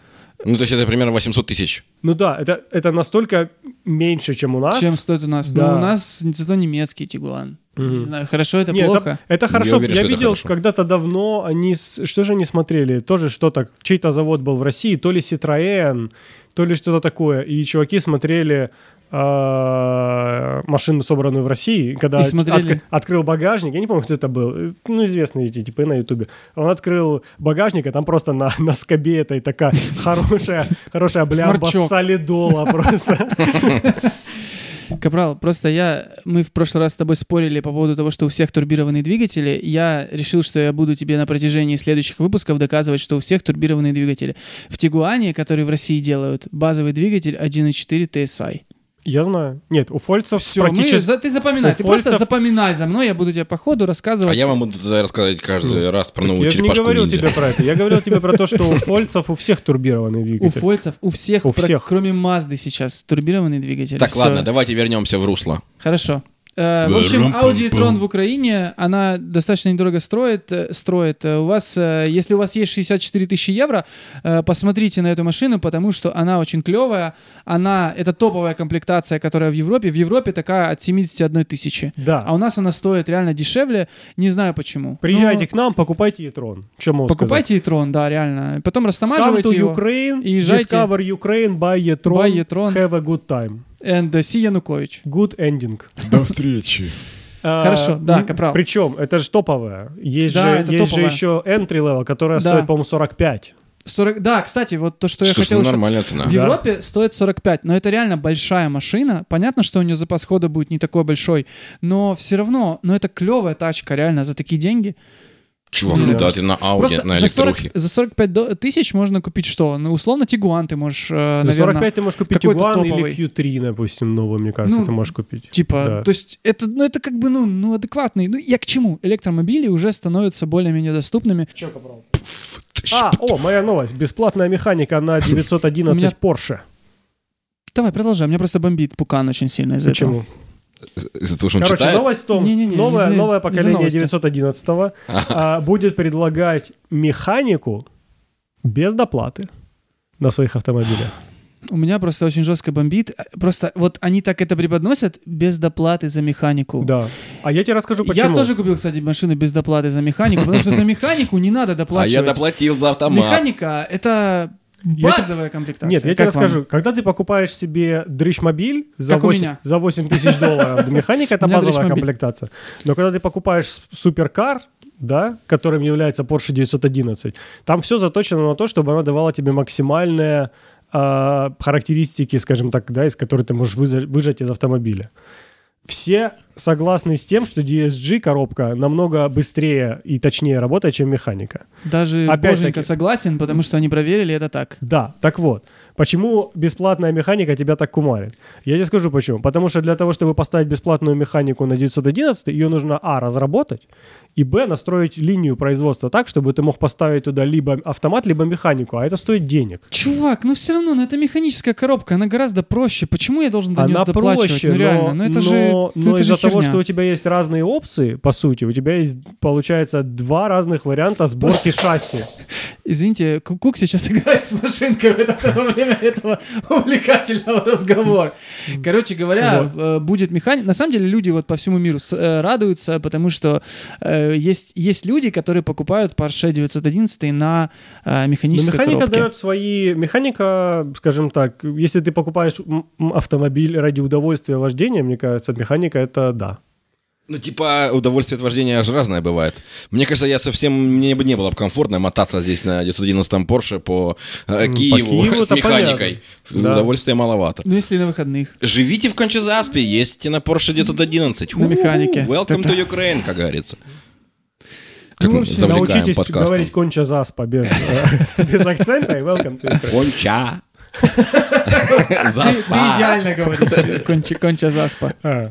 Speaker 2: Ну, то есть это примерно 800 тысяч. А
Speaker 3: Ну да, это, это настолько меньше, чем у нас.
Speaker 1: чем стоит у нас?
Speaker 3: а? Да.
Speaker 1: Ну, у нас зато немецкий Тигуан.
Speaker 3: Мгм.
Speaker 1: Не знаю, хорошо это
Speaker 3: Не, это-
Speaker 1: плохо.
Speaker 3: Это, хорошо. Я,
Speaker 2: уверен, что это
Speaker 3: видел
Speaker 2: хорошо.
Speaker 3: когда-то давно, они... с- Что же они смотрели? Тоже что-то... Чей-то завод был в России, то ли Citroën, то ли что-то такое. И чуваки смотрели э, машину, собранную в России. И Когда
Speaker 1: И смотрели.
Speaker 3: отк- открыл багажник, я не помню, кто это был. Ну, известные эти типы на ютубе. Он открыл багажник, а там просто на, на скобе этой такая хорошая, хорошая блямба
Speaker 1: Сморчок.
Speaker 3: солидола просто.
Speaker 1: Капрал, просто я... Мы в прошлый раз с тобой спорили по поводу того, что у всех турбированные двигатели. Я решил, что я буду тебе на протяжении следующих выпусков доказывать, что у всех турбированные двигатели. В Тигуане, который в России делают, базовый двигатель 1.4 TSI.
Speaker 3: Я знаю. Нет, у фольцев
Speaker 1: Все,
Speaker 3: практически...
Speaker 1: ты запоминай.
Speaker 3: у
Speaker 1: Ты просто
Speaker 3: Фольцев-
Speaker 1: запоминай за мной, я буду тебе по ходу рассказывать.
Speaker 2: А я вам буду тогда рассказывать каждый раз
Speaker 1: Ну,
Speaker 2: про
Speaker 3: Ну, я
Speaker 2: новую
Speaker 3: же не
Speaker 2: черепашку
Speaker 3: говорил тебе
Speaker 2: ниндзя.
Speaker 3: про это. Я говорил тебе про то, что у фольцев у всех турбированный
Speaker 1: У
Speaker 3: двигатель.
Speaker 1: фольцев, у всех,
Speaker 3: У
Speaker 1: про-
Speaker 3: всех.
Speaker 1: кроме Мазды сейчас, турбированные двигатели.
Speaker 2: Так,
Speaker 1: Всё.
Speaker 2: ладно, давайте вернемся в русло.
Speaker 1: Хорошо. Э, В
Speaker 2: Да,
Speaker 1: общем,
Speaker 2: рум-пум-пум.
Speaker 1: Audi e-tron в Украине, она достаточно недорого строит, э, строит. Э, У вас, э, если у вас есть 64 тысячи евро, э, посмотрите на эту машину, потому что она очень клевая. Она, это топовая комплектация, которая в Европе. В Европе такая от 71 тысячи.
Speaker 3: Да.
Speaker 1: А у нас она стоит реально дешевле. Не знаю почему.
Speaker 3: Приезжайте
Speaker 1: Но
Speaker 3: к нам, покупайте Ятрон. Чем могу
Speaker 1: ну- покупайте e-tron, да, реально. Потом
Speaker 3: сказать? Come
Speaker 1: растамаживайте
Speaker 3: to
Speaker 1: его.
Speaker 3: Ukraine,
Speaker 1: и езжайте.
Speaker 3: discover Ukraine, buy Yatron,
Speaker 1: Buy e-tron.
Speaker 3: have a good time.
Speaker 1: And э, Си Янукович.
Speaker 3: Good ending.
Speaker 2: До встречи.
Speaker 3: А,
Speaker 1: Хорошо, да,
Speaker 3: м,
Speaker 1: Капрал.
Speaker 3: Причем, это же топовая. Есть,
Speaker 1: Да,
Speaker 3: же,
Speaker 1: это
Speaker 3: есть же
Speaker 1: топовая.
Speaker 3: еще entry level, которая
Speaker 1: Да.
Speaker 3: стоит, по-моему, 45.
Speaker 1: 40... Да, кстати, вот то, что я
Speaker 2: Слушай,
Speaker 1: хотел
Speaker 2: ну
Speaker 1: еще
Speaker 2: нормальная цена.
Speaker 1: В
Speaker 3: Да.
Speaker 1: Европе стоит 45, но это реально большая машина. Понятно, что у нее запас хода будет не такой большой, но все равно, ну это клевая тачка, реально, за такие деньги.
Speaker 2: Чувак,
Speaker 3: Да.
Speaker 2: ну да, ты на Ауди, на
Speaker 1: за, 40
Speaker 2: электрохе.
Speaker 1: за 45 до- тысяч можно купить что? Ну, условно, Тигуан ты можешь, э,
Speaker 3: За
Speaker 1: наверное,
Speaker 3: 45 ты можешь купить
Speaker 1: какой-то
Speaker 3: Iguan или
Speaker 1: топовый.
Speaker 3: Q3, допустим, новую, мне кажется,
Speaker 1: Ну,
Speaker 3: ты можешь купить.
Speaker 1: Типа,
Speaker 3: Да.
Speaker 1: то есть это, ну, это как бы, ну, ну, адекватный. Ну, я к чему? Электромобили уже становятся более-менее доступными.
Speaker 3: А, о, моя новость. Бесплатная механика на 911 Porsche.
Speaker 1: Давай, продолжай. Меня просто бомбит пукан очень сильно из-за этого.
Speaker 3: Почему?
Speaker 2: Из-за того, что он
Speaker 3: Короче,
Speaker 2: читает? А
Speaker 3: новость в том,
Speaker 1: Не-не-не,
Speaker 3: новое,
Speaker 1: из-за-
Speaker 3: новое
Speaker 1: из-за
Speaker 3: поколение
Speaker 1: новости.
Speaker 3: 911 а, будет предлагать механику без доплаты на своих автомобилях.
Speaker 1: У меня просто очень жестко бомбит. Просто вот они так это преподносят без доплаты за механику.
Speaker 3: Да. А я тебе расскажу,
Speaker 2: Ну,
Speaker 3: почему.
Speaker 1: Я тоже купил, кстати, машину без доплаты за механику, потому что за механику не надо
Speaker 2: А я
Speaker 1: доплачивать.
Speaker 2: доплатил за автомат.
Speaker 1: Механика — это
Speaker 3: Я те-
Speaker 1: базовая комплектация.
Speaker 3: Нет, я тебе
Speaker 1: Как вам?
Speaker 3: расскажу. Когда ты покупаешь себе дрыщмобиль за
Speaker 1: Как у
Speaker 3: 8,
Speaker 1: меня.
Speaker 3: за 8 тысяч долларов, механика — это
Speaker 1: У меня
Speaker 3: базовая
Speaker 1: дрыщмобиль.
Speaker 3: комплектация. Но когда ты покупаешь с- суперкар, да, которым является Porsche 911, там все заточено на то, чтобы она давала тебе максимальные а, характеристики, скажем так, да, из которых ты можешь выза- выжать из автомобиля. Все согласны с тем, что DSG-коробка намного быстрее и точнее работает, чем механика.
Speaker 1: Даже
Speaker 3: Опять-таки.
Speaker 1: Боженька согласен, потому что они проверили это так.
Speaker 3: Да, так вот. Почему бесплатная механика тебя так кумарит? Я тебе скажу почему. Потому что для того, чтобы поставить бесплатную механику на 911, ее нужно, а, разработать, И Б, настроить линию производства так, чтобы ты мог поставить туда либо автомат, либо механику, а это стоит денег.
Speaker 1: Чувак, ну все равно, ну это механическая коробка, она гораздо проще. Почему я должен до нее
Speaker 3: Она
Speaker 1: доплачивать?
Speaker 3: проще,
Speaker 1: ну
Speaker 3: но,
Speaker 1: реально, ну это
Speaker 3: но-
Speaker 1: же,
Speaker 3: но
Speaker 1: ну, это
Speaker 3: из-за
Speaker 1: же
Speaker 3: того,
Speaker 1: херня.
Speaker 3: что у тебя есть разные опции, по сути, у тебя есть, получается, два разных варианта сборки шасси.
Speaker 1: Извините, Кукук сейчас играет с машинкой в это- во время этого увлекательного разговора. Короче говоря, э, будет механик. На самом деле люди вот по всему миру с- э, радуются, потому что э, есть, есть люди, которые покупают Porsche 911 на э,
Speaker 3: Но
Speaker 1: механической
Speaker 3: механика
Speaker 1: коробке.
Speaker 3: дает свои... Механика, скажем так, если ты покупаешь м, м, автомобиль ради удовольствия вождения, мне кажется, механика это да.
Speaker 2: Ну, типа, удовольствие от вождения аж разное бывает. Мне кажется, я совсем... Мне бы не было бы комфортно мотаться здесь на 911 Порше по э,
Speaker 3: по
Speaker 2: Киеву,
Speaker 3: Киеву
Speaker 2: с
Speaker 3: это
Speaker 2: механикой.
Speaker 3: понятно. Да.
Speaker 2: Удовольствия маловато.
Speaker 1: Ну если на выходных.
Speaker 2: Живите в Кончезаспе, ездите на Porsche 911.
Speaker 1: На механике.
Speaker 2: У-ху, Welcome
Speaker 1: Да-да.
Speaker 2: to Ukraine, как говорится.
Speaker 1: Ну,
Speaker 2: Как мы
Speaker 1: вообще,
Speaker 2: завлекаем
Speaker 3: Научитесь
Speaker 2: подкастом.
Speaker 3: говорить конча заспа без, э, без акцента и welcome to Ukraine.
Speaker 2: Конча.
Speaker 1: Ты, ты
Speaker 2: Заспа.
Speaker 1: идеально говоришь. Конча, конча заспа.
Speaker 3: А,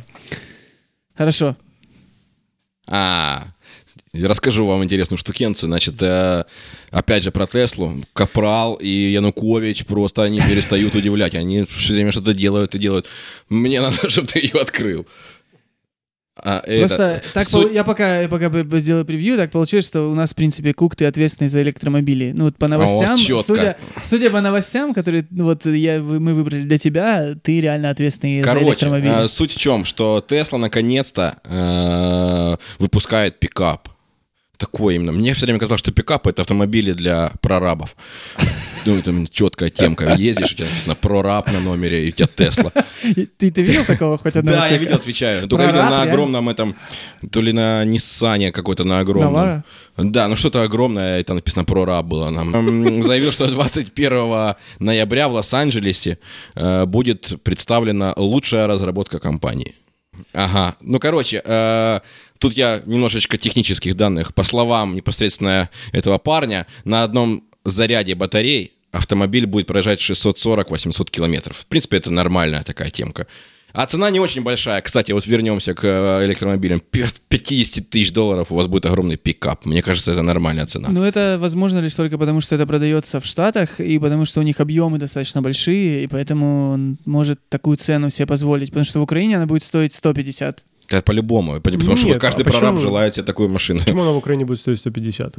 Speaker 1: Хорошо.
Speaker 2: А, Расскажу вам интересную штукенцию. Значит, э, опять же про Теслу. Капрал и Янукович просто они перестают удивлять. Они все время что-то делают и делают. Мне надо, чтобы ты ее открыл. А, это-
Speaker 1: Просто так
Speaker 2: суть-
Speaker 1: пол- я пока, я пока бы- бы сделаю превью, так получилось, что у нас, в принципе, Кук, ты ответственный за электромобили. Ну вот по новостям,
Speaker 2: чётко.
Speaker 1: судя, судя по новостям, которые ну, вот я, вы- мы выбрали для тебя, ты реально ответственный за
Speaker 2: Короче,
Speaker 1: электромобили.
Speaker 2: э, суть в чем, что Тесла наконец-то э, выпускает пикап. Такой именно. Мне все время казалось, что пикап это автомобили для прорабов. Ну, там четкая темка. Ездишь, у тебя написано прораб на номере, и у тебя Тесла.
Speaker 1: И Ты, ты видел такого хоть одного
Speaker 2: Да, я
Speaker 1: человека?
Speaker 2: видел, отвечаю. Только
Speaker 1: Прораб,
Speaker 2: видел на
Speaker 1: реально?
Speaker 2: огромном этом, то ли на Ниссане какой-то на
Speaker 1: На
Speaker 2: огромном.
Speaker 1: Ларо?
Speaker 2: Да, ну что-то огромное, и там написано прораб было нам. М, Заявил, что 21 ноября в Лос-Анджелесе э, будет представлена лучшая разработка компании. Ага. Ну, короче, э, тут я немножечко технических данных. По словам непосредственно этого парня, на одном заряде батарей автомобиль будет проезжать 640-800 километров. В принципе, это нормальная такая темка. А цена не очень большая. Кстати, вот вернемся к э, электромобилям. Пи- 50 тысяч долларов у вас будет огромный пикап. Мне кажется, это нормальная цена.
Speaker 1: Ну это возможно лишь только потому, что это продается в Штатах, и потому что у них объемы достаточно большие, и поэтому он может такую цену себе позволить, потому что в Украине она будет стоить 150.
Speaker 2: Да, по-любому. Потому что
Speaker 3: Нет,
Speaker 2: каждый
Speaker 3: а почему-
Speaker 2: прораб желает себе такую машину.
Speaker 3: Почему она в Украине будет стоить 150?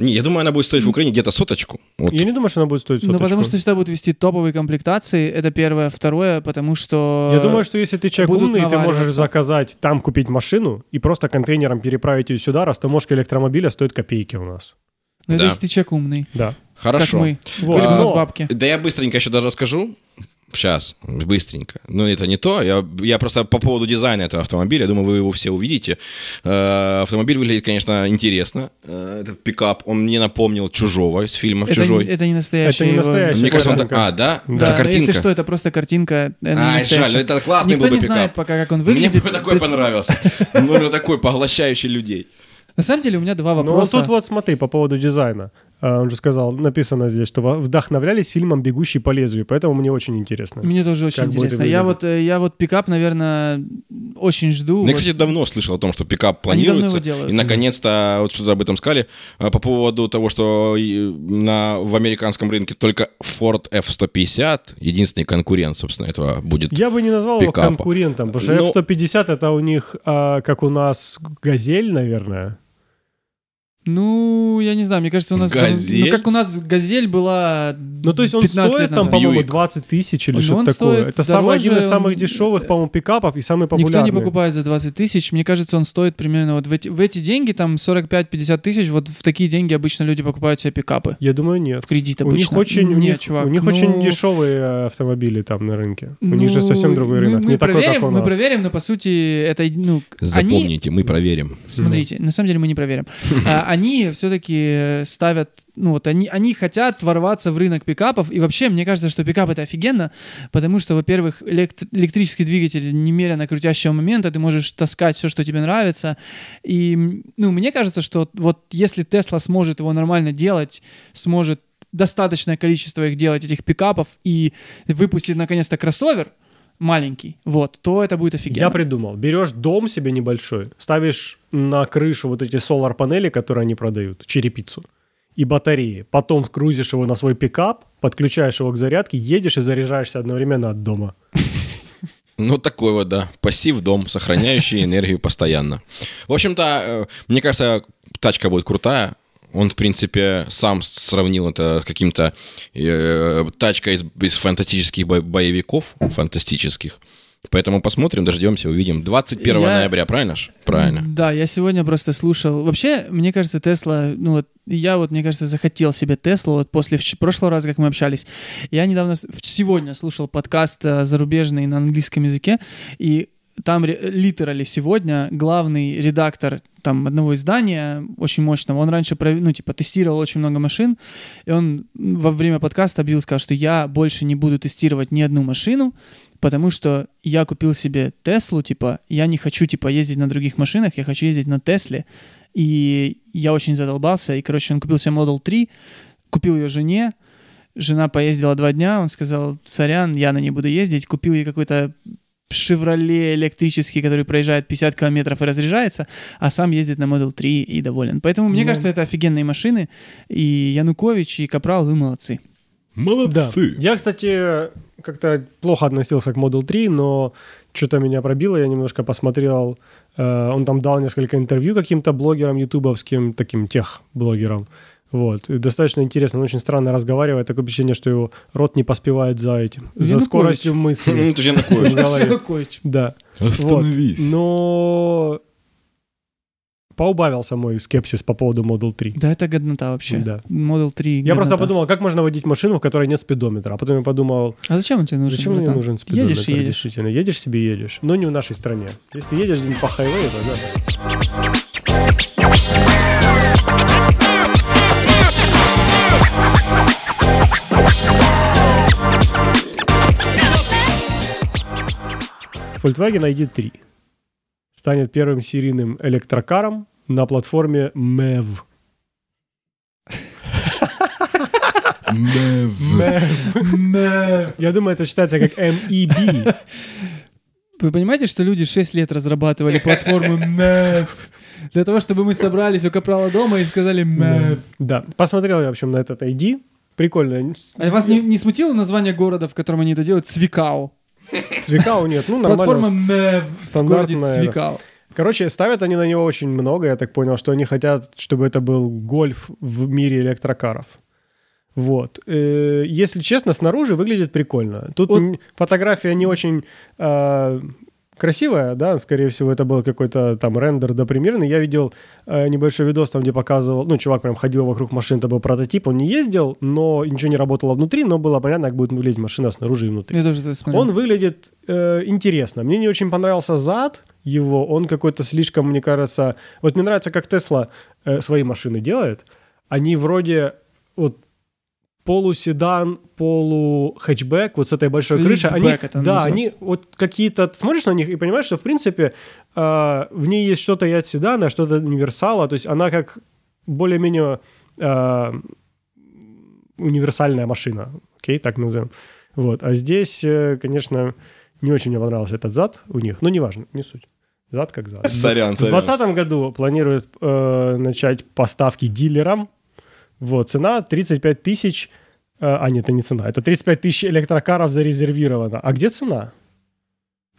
Speaker 2: Не, я думаю, она будет стоить в Украине где-то соточку. Вот.
Speaker 3: Я не думаю, что она будет стоить
Speaker 1: Ну
Speaker 3: соточку.
Speaker 1: потому что сюда будут вести топовые комплектации, это первое. Второе, потому что...
Speaker 3: Я думаю, что если ты человек
Speaker 1: будут
Speaker 3: умный, ты можешь
Speaker 1: наваливаться.
Speaker 3: заказать там купить машину и просто контейнером переправить ее сюда, раз таможка электромобиля стоит копейки у нас.
Speaker 1: Ну это
Speaker 2: Да.
Speaker 1: если ты человек умный.
Speaker 3: Да.
Speaker 2: Хорошо.
Speaker 1: Как мы.
Speaker 3: Вот.
Speaker 1: Были бы у нас
Speaker 3: Но-
Speaker 1: бабки.
Speaker 2: Да я быстренько еще даже расскажу. Сейчас, быстренько. Но это не то. Я, я просто по поводу дизайна этого автомобиля, я думаю, вы его все увидите. Э, автомобиль выглядит, конечно, интересно. Э, этот пикап, он мне напомнил чужого из фильма
Speaker 1: Это,
Speaker 2: «Чужой».
Speaker 1: не- это не настоящий.
Speaker 3: Это не
Speaker 1: его-
Speaker 3: настоящий.
Speaker 2: Мне кажется, он так...
Speaker 3: картинка.
Speaker 2: А, да?
Speaker 3: Да,
Speaker 1: Да,
Speaker 2: это
Speaker 1: но
Speaker 2: картинка.
Speaker 1: если что, это просто картинка. это не
Speaker 2: а,
Speaker 1: настоящая.
Speaker 2: жаль, ну это классный
Speaker 1: Никто
Speaker 2: был бы
Speaker 1: не знает
Speaker 2: пикап.
Speaker 1: пока, как он
Speaker 2: Мне
Speaker 1: выглядит.
Speaker 2: бы такой
Speaker 1: Пред-
Speaker 2: понравился. Ну, он такой поглощающий людей.
Speaker 1: На самом деле у меня два
Speaker 3: Ну вот
Speaker 1: вопроса.
Speaker 3: тут вот смотри, по поводу дизайна. Э, Он же сказал, написано здесь, что во- вдохновлялись фильмом «Бегущий по лезвию», поэтому мне очень интересно.
Speaker 1: Мне тоже очень
Speaker 3: Как будет
Speaker 1: интересно. Я
Speaker 3: выглядеть?
Speaker 1: вот, э, я вот пикап, наверное, очень жду.
Speaker 2: Я,
Speaker 1: Ну Вот
Speaker 2: Ну, кстати, давно слышал о том, что пикап
Speaker 1: Они давно его
Speaker 2: планируется.
Speaker 1: делают.
Speaker 2: И наконец-то вот что-то об этом сказали а, по поводу того, что и на, в американском рынке только Ford F-150, единственный конкурент, собственно, этого будет.
Speaker 3: Я бы не назвал
Speaker 2: Пикапа.
Speaker 3: его конкурентом, потому что
Speaker 1: Ну,
Speaker 2: Но-
Speaker 3: F-150 это у них, а, как у нас, «Газель», наверное.
Speaker 1: Ну, я не знаю, мне кажется, у нас...
Speaker 2: «Газель»?
Speaker 1: Ну, как у нас «Газель» была
Speaker 3: Ну то есть он
Speaker 1: 15 лет
Speaker 3: стоит там,
Speaker 1: назад.
Speaker 3: по-моему,
Speaker 2: Бьюик.
Speaker 3: 20 тысяч или
Speaker 1: Ну,
Speaker 3: что-то
Speaker 1: он
Speaker 3: такое.
Speaker 1: стоит
Speaker 3: Это самый
Speaker 1: дороже,
Speaker 3: один из самых
Speaker 1: он-
Speaker 3: дешевых, по-моему, пикапов и самый популярный.
Speaker 1: Никто не покупает за 20 тысяч. Мне кажется, он стоит примерно вот в эти, в эти деньги, там 45-50 тысяч. Вот в такие деньги обычно люди покупают себе пикапы.
Speaker 3: Я думаю, нет.
Speaker 1: В кредит
Speaker 3: У них
Speaker 1: обычно.
Speaker 3: очень, у
Speaker 1: Не,
Speaker 3: них,
Speaker 1: чувак,
Speaker 3: у них
Speaker 1: ну,
Speaker 3: очень дешевые э, автомобили там на рынке. У них же
Speaker 1: ну,
Speaker 3: совсем другой
Speaker 1: мы-
Speaker 3: рынок,
Speaker 1: Мы
Speaker 3: не такой,
Speaker 1: проверим,
Speaker 3: как у нас.
Speaker 1: мы проверим, но по сути это ну они
Speaker 2: Запомните, мы проверим.
Speaker 1: смотрите, на самом деле мы не проверим. А, Они все-таки ставят, ну вот они они хотят ворваться в рынок пикапов и вообще мне кажется, что пикап это офигенно, потому что во-первых элект- электрический двигатель немерено крутящего момента, ты можешь таскать все, что тебе нравится и м, ну мне кажется, что вот если Тесла сможет его нормально делать, сможет достаточное количество их делать, этих пикапов, и выпустит наконец-то кроссовер, маленький, вот, то это будет офигенно.
Speaker 3: Я придумал. Берешь дом себе небольшой, ставишь на крышу вот эти солар-панели, которые они продают, черепицу, и батареи. Потом крузишь его на свой пикап, подключаешь его к зарядке, едешь и заряжаешься одновременно от дома.
Speaker 2: Ну, такой вот, да. Пассив дом, сохраняющий энергию постоянно. В общем-то, э, мне кажется, тачка будет крутая. Он, в принципе, сам сравнил это с каким-то э, тачкой из, из фантастических бо- боевиков, фантастических. Поэтому посмотрим, дождемся, увидим. 21
Speaker 1: Я-
Speaker 2: ноября, правильно ж? Правильно.
Speaker 1: Да, я сегодня просто слушал. Вообще, мне кажется, Тесла, ну вот, я вот, мне кажется, захотел себе Теслу вот после вч- прошлого раза, как мы общались. Я недавно, с- в- сегодня слушал подкаст э, зарубежный на английском языке, и там ре- литерали сегодня главный редактор там одного издания очень мощного, он раньше, пров- ну, типа, тестировал очень много машин, и он во время подкаста объявил, сказал, что я больше не буду тестировать ни одну машину, потому что я купил себе Теслу, типа, я не хочу, типа, ездить на других машинах, я хочу ездить на Тесле. И я очень задолбался, и, короче, он купил себе Model 3, купил ее жене, жена поездила два дня, он сказал, сорян, я на ней буду ездить, купил ей какой-то Шевроле электрический, который проезжает 50 километров и разряжается, а сам ездит на Model 3 и доволен. Поэтому мне
Speaker 3: Ну.
Speaker 1: кажется, это офигенные машины. И Янукович, и Капрал, вы молодцы.
Speaker 3: Да. Я, кстати, как-то плохо относился к Model 3, но что-то меня пробило, я немножко посмотрел. э, он там дал несколько интервью каким-то блогерам ютубовским, таким техблогерам. Вот. И достаточно интересно, он очень странно разговаривает. Такое впечатление, что его рот не поспевает за этим. За
Speaker 1: Янукович.
Speaker 3: скоростью мысли.
Speaker 2: Ну, ты же такой.
Speaker 3: В голове.
Speaker 1: Янукович.
Speaker 3: Да. Вот. Но поубавился мой скепсис по поводу Model 3.
Speaker 1: Да это годнота вообще.
Speaker 3: Да.
Speaker 1: Model 3
Speaker 3: Я просто
Speaker 1: годнота.
Speaker 3: подумал, как можно водить машину, в которой нет спидометра. А потом я подумал,
Speaker 1: А зачем он тебе нужен?
Speaker 3: Зачем мне
Speaker 1: братан?
Speaker 3: нужен спидометр?
Speaker 1: Едешь и едешь.
Speaker 3: Действительно, едешь себе едешь. Но не в нашей стране. Если ты едешь где-нибудь по хайвею, то да. Volkswagen ID3 станет первым серийным электрокаром на платформе MEV. Я думаю, это считается как MEB.
Speaker 1: Вы понимаете, что люди 6 лет разрабатывали платформу МЭФ для того, чтобы мы собрались у Капрала дома и сказали МЭФ.
Speaker 3: Да, посмотрел я, в общем, на этот ID. Прикольно.
Speaker 1: А вас не, не смутило название города, в которем они это делают? Цвикау.
Speaker 3: Цвикау нет, ну
Speaker 1: Платформа э.
Speaker 3: нормально.
Speaker 1: МЭФ в городе
Speaker 3: стандартная, да.
Speaker 1: Цвикау.
Speaker 3: Короче, ставят они на него очень много, я так понял, что они хотят, чтобы это был гольф в мире электрокаров. Вот. Э, Если честно, снаружи выглядит прикольно. Тут
Speaker 1: Вот-
Speaker 3: м, фотография не очень э, красивая, да, скорее всего, это был какой-то там рендер допримерный. Я видел э, небольшой видос там, где показывал, ну, чувак прям ходил вокруг машины, это был прототип, он не ездил, но ничего не работало внутри, но было понятно, как будет выглядеть машина снаружи и внутри.
Speaker 1: Я тоже это смотрел.
Speaker 3: Он выглядит э, интересно. Мне не очень понравился зад его. Он какой-то слишком, мне кажется... Вот мне нравится, как Тесла э, свои машины делает. Они вроде вот полуседан, полухэтчбэк, вот с этой большой крышей. Они,
Speaker 1: Лифтбэк это
Speaker 3: да,
Speaker 1: называется.
Speaker 3: они вот какие-то... Ты смотришь на них и понимаешь, что, в принципе, э, в ней есть что-то и от седана, а что-то от универсала. То есть она как более-менее э, универсальная машина. Окей, так назовем. Вот. А здесь, э, конечно, не очень мне понравился этот зад у них. Но неважно, не суть. Зад как зад.
Speaker 2: Сорян,
Speaker 3: В 2020 году планируют э, начать поставки дилерам. Вот, цена 35 тысяч... э, а, нет, это не цена. Это 35 тысяч электрокаров зарезервировано. А где цена?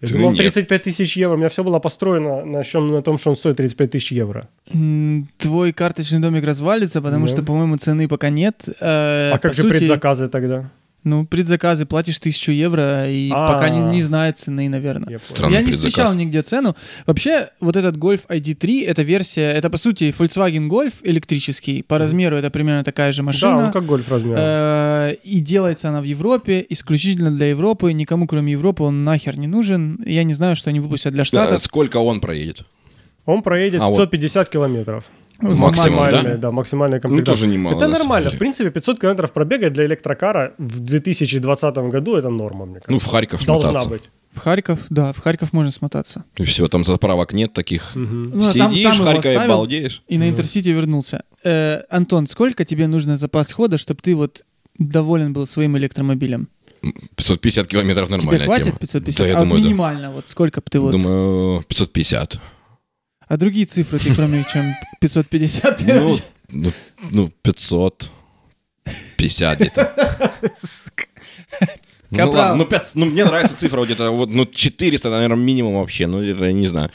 Speaker 3: Я
Speaker 2: Цены
Speaker 3: думал,
Speaker 2: нет.
Speaker 3: 35 тысяч евро. У меня все было построено на, чем- на том, что он стоит 35 тысяч евро.
Speaker 1: М, Твой карточный домик развалится, потому
Speaker 3: Да.
Speaker 1: что, по-моему, цены пока нет. Э,
Speaker 3: а
Speaker 1: по
Speaker 3: как же
Speaker 1: сути,
Speaker 3: предзаказы тогда?
Speaker 1: Ну, предзаказы платишь тысячу евро, и
Speaker 3: А.
Speaker 1: пока не, не знает цены, наверное.
Speaker 3: Я понял.
Speaker 2: Странно.
Speaker 1: Я не
Speaker 2: предзаказ.
Speaker 1: встречал нигде цену. Вообще, вот этот Golf ID3, это версия, это, по сути, Volkswagen Golf электрический. По размеру это примерно такая же
Speaker 3: Да,
Speaker 1: машина.
Speaker 3: он как гольф размером.
Speaker 1: Э, И делается она в Европе, исключительно для Европы. Никому, кроме Европы, он нахер не нужен. Я не знаю, что они выпустят для
Speaker 2: Да,
Speaker 1: Штатов.
Speaker 2: сколько он проедет?
Speaker 3: Он проедет
Speaker 2: А, вот. Ну,
Speaker 3: 550 километров.
Speaker 1: В
Speaker 2: максимум,
Speaker 1: максимуме.
Speaker 3: Максимальная, да, максимальная
Speaker 2: Ну,
Speaker 3: комплектация.
Speaker 2: тоже немало.
Speaker 3: это
Speaker 2: на самом
Speaker 3: нормально. В
Speaker 2: деле.
Speaker 3: принципе, 500 километров пробега для электрокара в 2020 году это норма, мне кажется.
Speaker 2: Ну, в Харьков
Speaker 3: Должна
Speaker 2: мотаться.
Speaker 3: быть.
Speaker 1: В Харьков, да, в Харьков можно смотаться.
Speaker 2: И все, там заправок нет таких.
Speaker 3: Мгм.
Speaker 1: Ну, а там-
Speaker 2: Сидишь,
Speaker 1: там
Speaker 2: в
Speaker 1: его
Speaker 2: Харькове
Speaker 1: оставил.
Speaker 2: балдеешь.
Speaker 1: И на Интерсити вернулся. Э, Антон, сколько тебе нужно запас хода, чтобы ты вот доволен был своим электромобилем?
Speaker 2: 550 километров нормальная
Speaker 1: Тебе хватит
Speaker 2: тема.
Speaker 1: 550?
Speaker 2: Да, я
Speaker 1: а
Speaker 2: думаю,
Speaker 1: вот
Speaker 2: да.
Speaker 1: минимально, вот сколько бы ты вот...
Speaker 2: Думаю, 550.
Speaker 1: А другие цифры ты, кроме чем 550, ты
Speaker 2: Ну,
Speaker 1: вообще-
Speaker 2: ну, ну, 500, 50 где-то. Ну,
Speaker 1: Капрал.
Speaker 2: ладно, ну, пять- ну, мне нравится цифра вот где-то, вот, ну, 400, наверное, минимум вообще, ну, это я не знаю.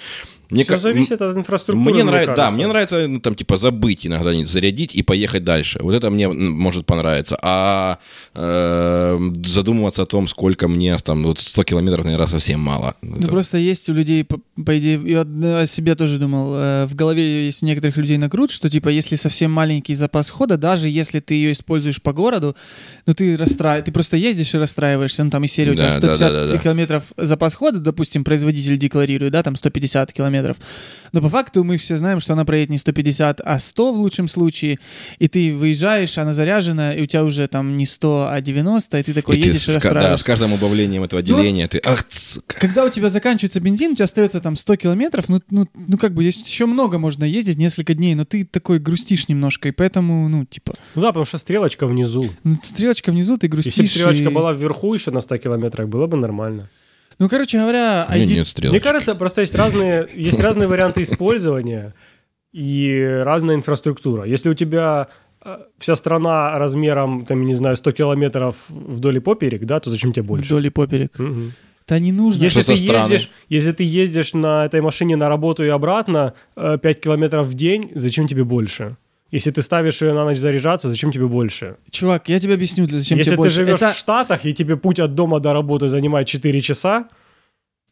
Speaker 2: Мне
Speaker 3: Все
Speaker 2: как-
Speaker 3: зависит от инфраструктуры.
Speaker 2: Мне нравится, да,
Speaker 3: кажется.
Speaker 2: мне нравится, ну, там, типа, забыть иногда, не- зарядить и поехать дальше. Вот это мне м, может понравиться. А э, задумываться о том, сколько мне, там, вот 100 километров, наверное, совсем мало.
Speaker 1: Ну, просто есть у людей, по, по идее, я о себе тоже думал, э, в голове есть у некоторых людей накрут, что, типа, если совсем маленький запас хода, даже если ты ее используешь по городу, ну, ты расстра... ты просто ездишь и расстраиваешься, ну, там, из серии у тебя
Speaker 2: Да, да,
Speaker 1: 150
Speaker 2: да, да, да.
Speaker 1: километров запас хода, допустим, производитель декларирует, да, там, 150 километров, но по факту мы все знаем, что она проедет не 150, а 100 в лучшем случае, и ты выезжаешь, она заряжена, и у тебя уже, там, не 100, а 90, и ты такой
Speaker 2: И ты
Speaker 1: едешь и
Speaker 2: с, ка- да, с
Speaker 1: расстраиваешься. Ну,
Speaker 2: каждым убавлением этого деления ты... Ах, сука.
Speaker 1: Когда у тебя заканчивается бензин, у тебя остается там 100 километров, ну, ну, ну как бы здесь еще много можно ездить, несколько дней, но ты такой грустишь немножко, и поэтому, ну, типа,
Speaker 3: Ну да, потому что стрелочка внизу.
Speaker 1: ну, стрелочка внизу, ты грустишь.
Speaker 3: Если бы стрелочка
Speaker 1: и-
Speaker 3: была вверху еще на 100 километрах, было бы нормально.
Speaker 1: Ну, короче говоря,
Speaker 2: У меня
Speaker 1: ID
Speaker 2: нет стрелок.
Speaker 3: Мне кажется, просто есть разные, есть разные варианты использования и разная инфраструктура. Если у тебя э, вся страна размером, там, я не знаю, 100 километров вдоль и поперек, да, то зачем тебе больше?
Speaker 1: вдоль и поперек.
Speaker 3: Мгм.
Speaker 1: Да не нужно.
Speaker 3: Если
Speaker 2: Что
Speaker 3: ты,
Speaker 2: за страны?
Speaker 3: ездишь, если ты ездишь на этой машине на работу и обратно э, 5 километров в день, зачем тебе больше? Если ты ставишь ее на ночь заряжаться, зачем тебе больше?
Speaker 1: Чувак, я тебе объясню, для- зачем
Speaker 3: Если
Speaker 1: тебе
Speaker 3: ты
Speaker 1: больше.
Speaker 3: живешь
Speaker 1: Это,
Speaker 3: в Штатах, и тебе путь от дома до работы занимает 4 часа,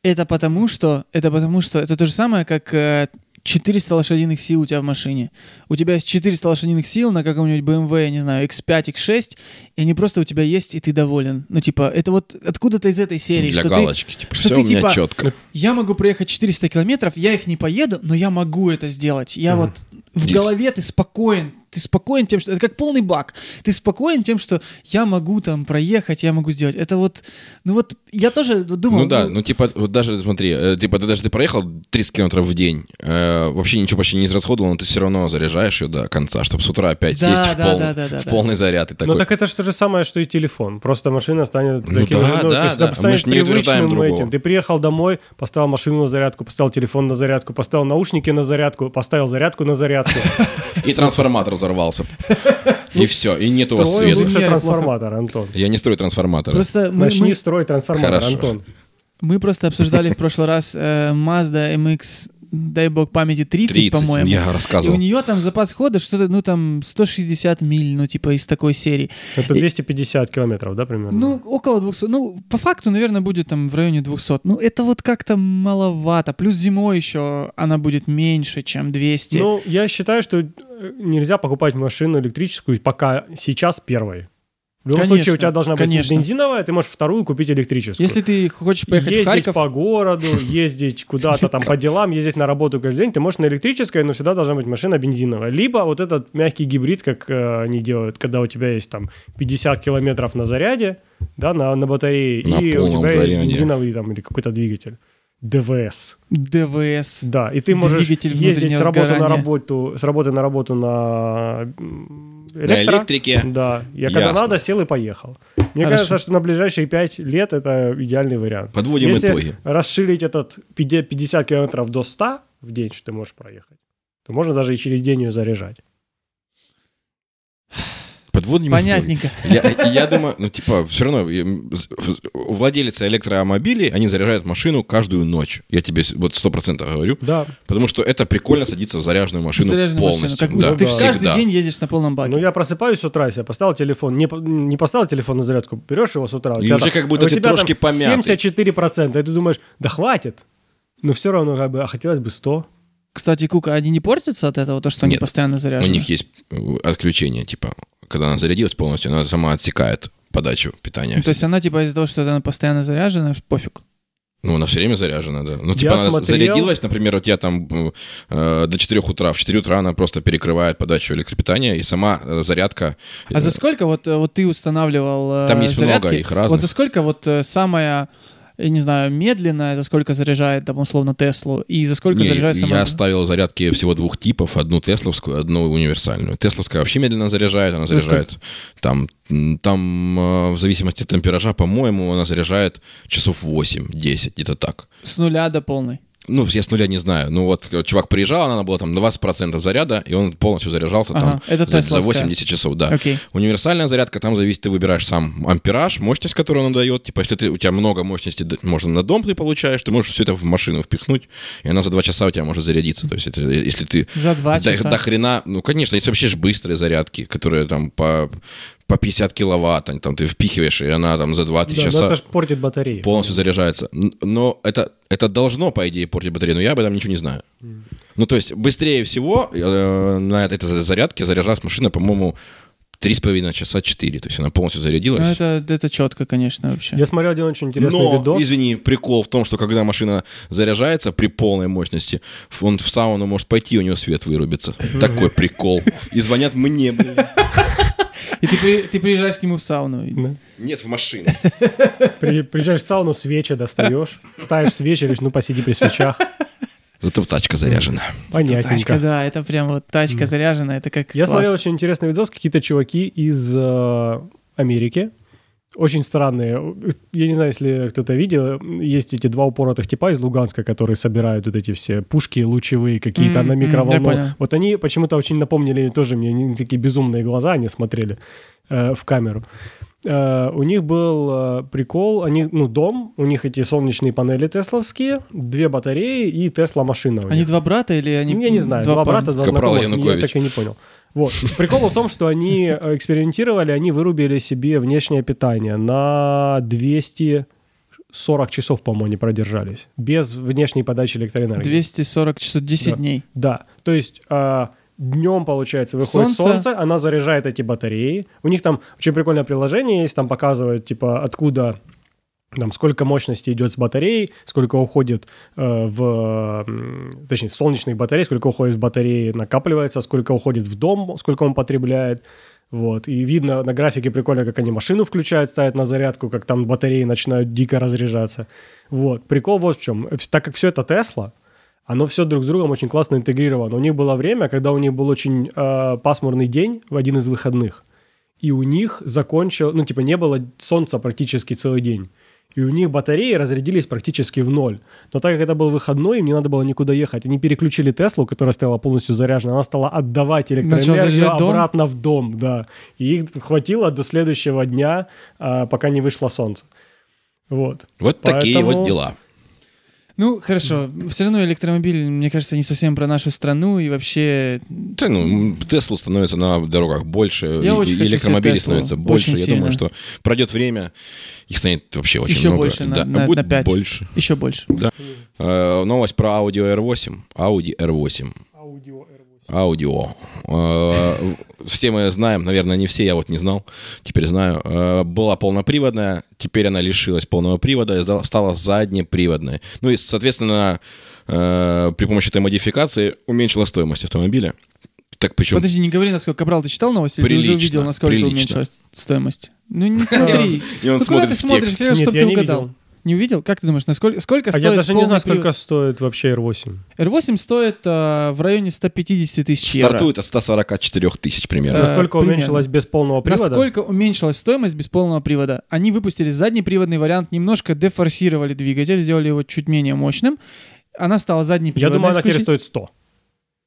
Speaker 1: это потому что, это потому что, это то же самое, как э, 400 лошадиных сил у тебя в машине. У тебя есть 400 лошадиных сил на каком-нибудь BMW, я не знаю, X5, X6, и они просто у тебя есть, и ты доволен. Ну, типа, это вот откуда-то из этой серии.
Speaker 2: Для
Speaker 1: что ты-
Speaker 2: галочки. типа,
Speaker 1: что
Speaker 2: все
Speaker 1: ты,
Speaker 2: у меня
Speaker 1: типа,
Speaker 2: четко.
Speaker 1: Я могу проехать 400 километров, я их не поеду, но я могу это сделать. Я
Speaker 3: Мгм.
Speaker 1: вот в
Speaker 2: Дис-
Speaker 1: голове ты спокоен. Ты спокоен тем, что... Это как полный бак. Ты спокоен тем, что я могу там проехать, я могу сделать. Это вот... Ну вот я тоже думал...
Speaker 2: Ну да, ну типа, вот даже, смотри, э, типа, ты даже ты проехал 30 километров в день, э, вообще ничего почти не израсходовал, но ты все равно заряжаешь ее до конца, чтобы с утра опять
Speaker 1: Да,
Speaker 2: сесть в,
Speaker 1: да,
Speaker 2: пол-
Speaker 1: да, да, да,
Speaker 2: в
Speaker 1: да.
Speaker 2: полный заряд и такой.
Speaker 3: Ну так это же то же самое, что и телефон. Просто машина станет
Speaker 2: Ну
Speaker 3: таким
Speaker 2: да,
Speaker 3: же,
Speaker 2: да,
Speaker 3: то есть
Speaker 2: да.
Speaker 3: она станет
Speaker 2: Мы ж не утверждаем
Speaker 3: привычным
Speaker 2: другого.
Speaker 3: этим. Ты приехал домой, поставил машину на зарядку, поставил телефон на зарядку, поставил наушники на зарядку, поставил зарядку на зарядку.
Speaker 2: И трансформатор взорвался. И все, и нет у вас
Speaker 3: Строй
Speaker 1: Ну,
Speaker 2: света.
Speaker 1: лучше.
Speaker 3: лучше
Speaker 1: Примеры
Speaker 3: трансформатор, Антон.
Speaker 2: Я не строю трансформатор.
Speaker 1: Просто мы,
Speaker 3: Начни
Speaker 1: мы,
Speaker 3: строить трансформатор,
Speaker 2: Хорошо.
Speaker 3: Антон.
Speaker 1: мы просто обсуждали в прошлый раз э, Mazda MX, дай бог памяти, 30,
Speaker 2: 30,
Speaker 1: по-моему.
Speaker 2: я
Speaker 1: И у
Speaker 2: рассказывал.
Speaker 1: нее там запас хода что-то, ну там 160 миль, ну типа из такой серии.
Speaker 3: Это 250 километров, да, примерно?
Speaker 1: Ну, около 200. Ну, по факту, наверное, будет там в районе 200. Ну, это вот как-то маловато. Плюс зимой еще она будет меньше, чем 200.
Speaker 3: Ну, я считаю, что э, нельзя покупать машину электрическую пока сейчас первой. В любом
Speaker 1: Конечно,
Speaker 3: случае, у тебя должна быть
Speaker 1: конечно.
Speaker 3: бензиновая, ты можешь вторую купить электрическую.
Speaker 1: Если ты хочешь поехать
Speaker 3: ездить
Speaker 1: в Харьков,
Speaker 3: по городу, ездить куда-то там по делам, ездить на работу каждый день, ты можешь на электрической, но всегда должна быть машина бензиновая. Либо вот этот мягкий гибрид, как э, они делают, когда у тебя есть там 50 километров на заряде, да, на, на батарее,
Speaker 2: На
Speaker 3: и у
Speaker 2: полном
Speaker 3: тебя есть
Speaker 2: заряде.
Speaker 3: бензиновый там или какой-то двигатель. ДВС.
Speaker 1: ДВС.
Speaker 3: Да, и ты можешь
Speaker 1: Двигатель
Speaker 3: ездить с
Speaker 1: внутреннего
Speaker 3: работы на
Speaker 1: сгорания.
Speaker 3: работу, с работы на работу на м,
Speaker 2: На
Speaker 3: электро.
Speaker 2: электрике.
Speaker 3: Да, я когда
Speaker 2: Ясно.
Speaker 3: надо, сел и поехал. Мне
Speaker 1: Хорошо.
Speaker 3: кажется, что на ближайшие 5 лет это идеальный вариант.
Speaker 2: Подводим
Speaker 3: Если
Speaker 2: итоги.
Speaker 3: расширить этот 50 50 километров до 100 в день, что ты можешь проехать, то можно даже и через день ее заряжать.
Speaker 2: Подводим итоги.
Speaker 1: Понятненько.
Speaker 2: Я, я думаю, ну типа, все равно э, м, з- з- владельцы электромобилей, они заряжают машину каждую ночь. Я тебе с- вот сто процентов говорю.
Speaker 3: Да,
Speaker 2: Потому что это прикольно садиться в заряженную машину
Speaker 1: Заряженную машину,
Speaker 2: полностью.
Speaker 1: как
Speaker 2: да,
Speaker 1: будто ты
Speaker 3: Да.
Speaker 1: каждый
Speaker 2: всегда.
Speaker 1: день едешь на полном баке.
Speaker 3: ну я просыпаюсь с утра, я поставил телефон, не, по- не поставил телефон на зарядку, берешь его с утра, у
Speaker 2: И уже
Speaker 3: там-
Speaker 2: как
Speaker 1: А
Speaker 2: будто
Speaker 3: у
Speaker 2: ты
Speaker 3: тебя там
Speaker 2: трошки помятый.
Speaker 3: 74%, и ты думаешь, да хватит, но все равно как бы, а хотелось бы 100.
Speaker 1: Кстати, Кука, а они не портятся от этого, то, что они
Speaker 2: Нет.
Speaker 1: постоянно
Speaker 2: У
Speaker 1: заряжены?
Speaker 2: них есть э, отключение, типа, когда она зарядилась полностью, она сама отсекает подачу питания.
Speaker 1: Ну, То есть она, типа, из-за того, что она постоянно заряжена, пофиг.
Speaker 2: Ну, она все время заряжена, да. Ну, типа,
Speaker 3: Я
Speaker 2: она
Speaker 3: смотрел-
Speaker 2: зарядилась, например, у тебя там э, э, до 4 утра, в 4 утра она просто перекрывает подачу электропитания, и сама э, зарядка...
Speaker 1: А за сколько вот, э, вот ты устанавливал э,
Speaker 2: Там есть много
Speaker 1: зарядки?
Speaker 2: их разных.
Speaker 1: Вот за сколько вот э, самая я не знаю, медленно, за сколько заряжает, там, условно, Теслу, и за сколько
Speaker 2: Не,
Speaker 1: заряжает сама...
Speaker 2: я ставил зарядки всего двух типов. Одну тесловскую, одну универсальную. Тесловская вообще медленно заряжает, она
Speaker 1: сколько?
Speaker 2: заряжает там, м, там э, в зависимости от темпеража, по-моему, она заряжает часов 8-10, где-то так.
Speaker 1: С нуля до полной.
Speaker 2: Ну, я с нуля не знаю. Ну, вот э, чувак приезжал, она была там 20% заряда, и он полностью заряжался
Speaker 1: Ага,
Speaker 2: там
Speaker 1: это
Speaker 2: за, за
Speaker 1: тесловская.
Speaker 2: 80 часов, да.
Speaker 1: Окей.
Speaker 2: Универсальная зарядка, там зависит, ты выбираешь сам ампераж, мощность, которую она дает. Типа, если ты, у тебя много мощности, д- можно на дом ты получаешь, ты можешь все это в машину впихнуть, и она за два часа у тебя может зарядиться. То есть, это, э, если ты
Speaker 1: За два
Speaker 2: до,
Speaker 1: часа.
Speaker 2: до хрена, ну, конечно, есть вообще же быстрые зарядки, которые там по, по 50 киловатт, они там ты впихиваешь, и она там за 2-3
Speaker 3: Да, но
Speaker 2: часа
Speaker 3: это же портит батарею.
Speaker 2: полностью заряжается. Н- Но это, это должно, по идее, портить батарею, но я об этом ничего не знаю. Ну, то есть, быстрее всего э, на этой за- зарядке заряжалась машина, по-моему, 3,5 часа 4. То есть она полностью зарядилась.
Speaker 1: Ну, это, это четко, конечно, вообще.
Speaker 3: Я смотрел один очень интересный
Speaker 2: Но,
Speaker 3: видос.
Speaker 2: извини, прикол в том, что когда машина заряжается при полной мощности, ф- он в сауну может пойти, у него свет вырубится. Такой прикол. И звонят мне. блин.
Speaker 1: И ты, при- ты приезжаешь к нему в сауну. и-
Speaker 3: Да.
Speaker 2: Нет в машине.
Speaker 3: При- приезжаешь в сауну, свечи достаешь, ставишь свечи, говоришь, ну посиди при свечах.
Speaker 2: Зато тачка заряжена.
Speaker 1: Тачка,
Speaker 3: Понятненько.
Speaker 1: да, это прям вот тачка заряжена, это как
Speaker 3: Я
Speaker 1: класс.
Speaker 3: смотрел очень интересный видос, какие-то чуваки из э, Америки. Очень странные. Я не знаю, если кто-то видел, есть эти два упоротых типа из Луганска, которые собирают вот эти все пушки лучевые какие-то
Speaker 1: М,
Speaker 3: на
Speaker 1: м, я понял.
Speaker 3: микроволну. Вот они почему-то очень напомнили тоже мне, они такие безумные глаза, они смотрели э, в камеру. Э, у них был э, прикол, они, ну, дом, у них эти солнечные панели тесловские, две батареи и Тесла машина. у них.
Speaker 1: Они два брата или они...
Speaker 3: Ну, Я не знаю, два,
Speaker 1: парня?
Speaker 3: брата, два
Speaker 2: Капрал
Speaker 3: знакомых, я
Speaker 2: Янукович.
Speaker 3: так и не понял. Вот. Прикол был в том, что они э, экспериментировали, они вырубили себе внешнее питание на 240 часов, по-моему, они продержались. Без внешней подачи электроэнергии.
Speaker 1: 240 часов, 10
Speaker 3: Да.
Speaker 1: дней.
Speaker 3: Да, то есть днем, получается, выходит
Speaker 1: Солнце.
Speaker 3: солнце. она заряжает эти батареи. У них там очень прикольное приложение есть, там показывают, типа, откуда там сколько мощности идет с батареи, сколько уходит э, в... м, Точнее, с солнечных батарей, сколько уходит в батареи, накапливается, сколько уходит в дом, сколько он потребляет. Вот. И видно на графике прикольно, как они машину включают, ставят на зарядку, как там батареи начинают дико разряжаться. Вот. Прикол вот в чем. Э, Так как все это Тесла, оно все друг с другом очень классно интегрировано. У них было время, когда у них был очень э, пасмурный день в один из выходных, и у них закончил, ну типа не было солнца практически целый день. И у них батареи разрядились практически в ноль. Но так как это был выходной, им не надо было никуда ехать. Они переключили Теслу, которая стояла полностью заряжена. Она стала отдавать электроэнергию
Speaker 1: заряжать дом?
Speaker 3: обратно в дом. Да. И их хватило до следующего дня, а, пока не вышло солнце. Вот.
Speaker 2: Вот такие
Speaker 3: Поэтому-
Speaker 2: вот дела.
Speaker 1: Ну, хорошо. Все равно электромобиль, мне кажется, не совсем про нашу страну и вообще...
Speaker 2: Да, ну, м, Тесла становится на дорогах больше,
Speaker 1: Я
Speaker 2: и-
Speaker 1: очень
Speaker 2: и
Speaker 1: хочу себе
Speaker 2: электромобилей
Speaker 1: Теслу.
Speaker 2: становится
Speaker 1: Очень
Speaker 2: больше. Я
Speaker 1: сильно.
Speaker 2: думаю, что пройдет время, их станет вообще очень
Speaker 1: Еще
Speaker 2: много.
Speaker 1: больше, на-
Speaker 2: Да,
Speaker 1: на-
Speaker 2: будет
Speaker 1: на пять.
Speaker 2: больше.
Speaker 1: Еще больше.
Speaker 2: Э, новость про Audi R8. Audi R8. Аудио. Э, Все мы знаем, наверное, не все, я вот не знал, теперь знаю. Э, Была полноприводная, теперь она лишилась полного привода и сда- стала заднеприводной. Ну и, соответственно, э, при помощи этой модификации уменьшила стоимость автомобиля. Так причем
Speaker 1: Подожди, не говори, насколько. Капрал, ты читал новости? Ты уже
Speaker 2: Прилично,
Speaker 1: увидел, насколько
Speaker 2: прилично.
Speaker 1: уменьшилась стоимость? Ну, не смотри.
Speaker 2: И
Speaker 1: Ну,
Speaker 2: он
Speaker 1: куда
Speaker 2: смотрит
Speaker 1: ты
Speaker 2: в
Speaker 1: смотришь,
Speaker 2: текст.
Speaker 1: Конечно,
Speaker 3: Нет,
Speaker 1: чтобы
Speaker 3: я
Speaker 1: ты
Speaker 3: не
Speaker 1: угадал.
Speaker 3: видел.
Speaker 1: Не увидел? Как ты думаешь, насколько, сколько
Speaker 3: А
Speaker 1: стоит
Speaker 3: я даже не
Speaker 1: полный
Speaker 3: знаю,
Speaker 1: привод?
Speaker 3: сколько стоит вообще R8.
Speaker 1: R8 стоит э, в районе 150 тысяч евро.
Speaker 2: стартует от 144 тысяч примерно.
Speaker 1: Э,
Speaker 3: Насколько
Speaker 1: примерно.
Speaker 3: уменьшилась без полного привода?
Speaker 1: Насколько уменьшилась стоимость без полного привода? Они выпустили заднеприводный вариант, немножко дефорсировали двигатель, сделали его чуть менее мощным. Она стала заднеприводной.
Speaker 3: Я думаю, она теперь
Speaker 1: исключен-
Speaker 3: стоит 100.